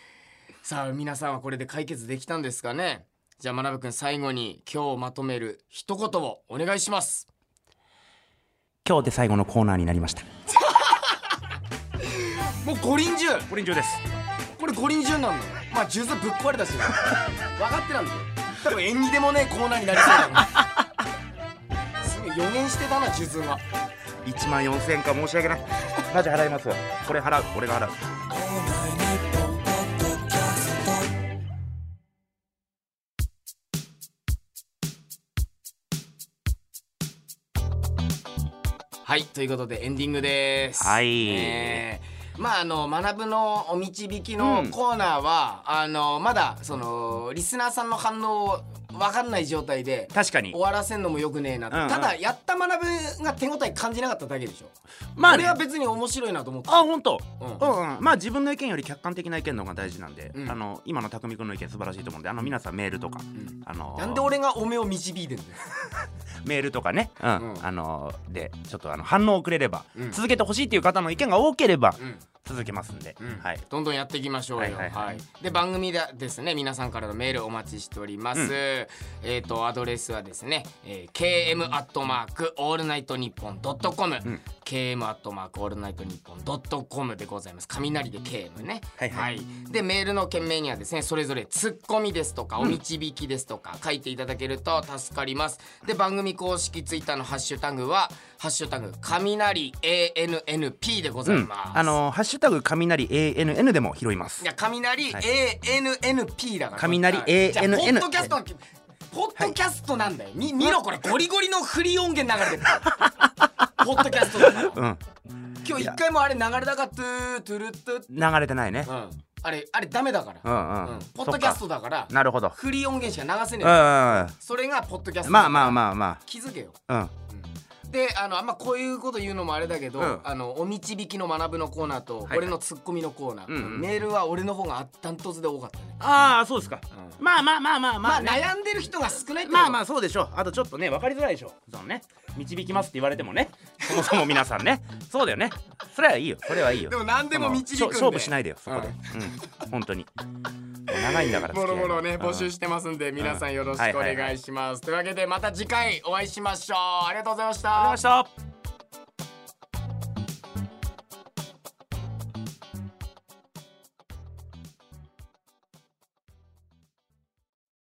[SPEAKER 1] さあ皆さんはこれで解決できたんですかねじゃあまなぶくん最後に今日まとめる一言をお願いします
[SPEAKER 2] 今日で最後のコーナーになりました
[SPEAKER 1] もう五輪中
[SPEAKER 2] 五輪中です
[SPEAKER 1] これ五輪中なんだまあ数珠ぶっ壊れたし分かってたんだよ多分縁起でもねえコーナーになりそうだなすごい予言してたな数珠は
[SPEAKER 2] 1万4000円か申し訳ないマジ払いますわこれ払う俺が払う
[SPEAKER 1] はいということでエンディングです
[SPEAKER 2] はい
[SPEAKER 1] えーまああの学ぶのお導きの
[SPEAKER 2] うん
[SPEAKER 1] コーナーは、あのまだそのリスナーさんの反応を分かんない状態で
[SPEAKER 2] 確かに
[SPEAKER 1] 終わらせんのもよくねえなって、
[SPEAKER 2] うんうん
[SPEAKER 1] ただやった学ぶが手応え感じなかっただけでしょ、
[SPEAKER 2] まあ
[SPEAKER 1] 俺
[SPEAKER 2] ね
[SPEAKER 1] は
[SPEAKER 2] あ
[SPEAKER 1] 別に面白いなと思ってた
[SPEAKER 2] 本当
[SPEAKER 1] う
[SPEAKER 2] うんんうんまあ自分の意見より客観的な意見の方が大事なんで、
[SPEAKER 1] うん
[SPEAKER 2] あの今の匠君の意見素晴らしいと思うんであの皆さんメールとか、あの
[SPEAKER 1] なんで俺がおめを導いてんだよ
[SPEAKER 2] メールとかね、うん
[SPEAKER 1] うん
[SPEAKER 2] あのでちょっとあの反応をくれれば、
[SPEAKER 1] うん
[SPEAKER 2] 続けてほしいっていう方の意見が多ければ、
[SPEAKER 1] ん
[SPEAKER 2] 続けますんで、
[SPEAKER 1] うん
[SPEAKER 2] はい
[SPEAKER 1] どんどんやっていきましょうよ。は
[SPEAKER 2] はいいはいはい
[SPEAKER 1] で番組でですね皆さんからのメールお待ちしております。
[SPEAKER 2] うん
[SPEAKER 1] えっ、とアドレスはですね、えー、km アットマークオールナイトニッポンドットコム、km アットマークオールナイトニッポンドットコムでございます。雷で km ね。
[SPEAKER 2] はいはい
[SPEAKER 1] でメールの件名にはですねそれぞれツッコミですとかお導きですとか書いていただけると助かります。で番組公式ツイッターのハッシュタグはハッシュタグ雷 ANNP でございます。
[SPEAKER 2] あのハッシュタグ雷 ANN でも拾います
[SPEAKER 1] いや雷
[SPEAKER 2] はい
[SPEAKER 1] ANNP だから
[SPEAKER 2] 雷
[SPEAKER 1] これじゃあ
[SPEAKER 2] ANN
[SPEAKER 1] ポッドキャストのポッドキャストなんだよ、み見ろこれゴリゴリのフリー音源流れてるポッドキャストだから、
[SPEAKER 2] うん
[SPEAKER 1] 今日一回もあれ流れなかったトゥートゥルットゥ
[SPEAKER 2] 流れてないね
[SPEAKER 1] うんあれあれダメだから、
[SPEAKER 2] うんうん
[SPEAKER 1] ポッドキャストだから
[SPEAKER 2] なるほど
[SPEAKER 1] フリー音源しか流せね
[SPEAKER 2] う
[SPEAKER 1] え
[SPEAKER 2] んうん
[SPEAKER 1] の、
[SPEAKER 2] うん
[SPEAKER 1] それがポッドキャスト
[SPEAKER 2] まあまあ
[SPEAKER 1] あ
[SPEAKER 2] まあまあ
[SPEAKER 1] 気づけよ
[SPEAKER 2] うん、
[SPEAKER 1] であのあんまこういうこと言うのもあれだけど、
[SPEAKER 2] うん
[SPEAKER 1] あのお導きの学ぶのコーナーと、
[SPEAKER 2] はい
[SPEAKER 1] 俺のツッコミのコーナー、
[SPEAKER 2] うんうん
[SPEAKER 1] メールは俺の方がダントツで多かったね、
[SPEAKER 2] ああそうですか、まあまあまあまあま
[SPEAKER 1] ま
[SPEAKER 2] あ、
[SPEAKER 1] あ
[SPEAKER 2] ね
[SPEAKER 1] 悩んでる人が少ないってこと
[SPEAKER 2] まあまあそうでしょうあとちょっとね分かりづらいでしょそのね導きますって言われてもねそもそも皆さんねそうだよねそれはいいよそれはいいよ
[SPEAKER 1] でも何でも導くんで
[SPEAKER 2] その勝勝負しないでよそこでうん本当に長いんだから
[SPEAKER 1] もろもろね募集
[SPEAKER 2] し
[SPEAKER 1] してますんで皆さんよろし
[SPEAKER 2] はい
[SPEAKER 1] くお
[SPEAKER 2] はいはい
[SPEAKER 1] 願いします、というわけでまた次回お会いしましょうありがとうございました
[SPEAKER 2] ありがとうございました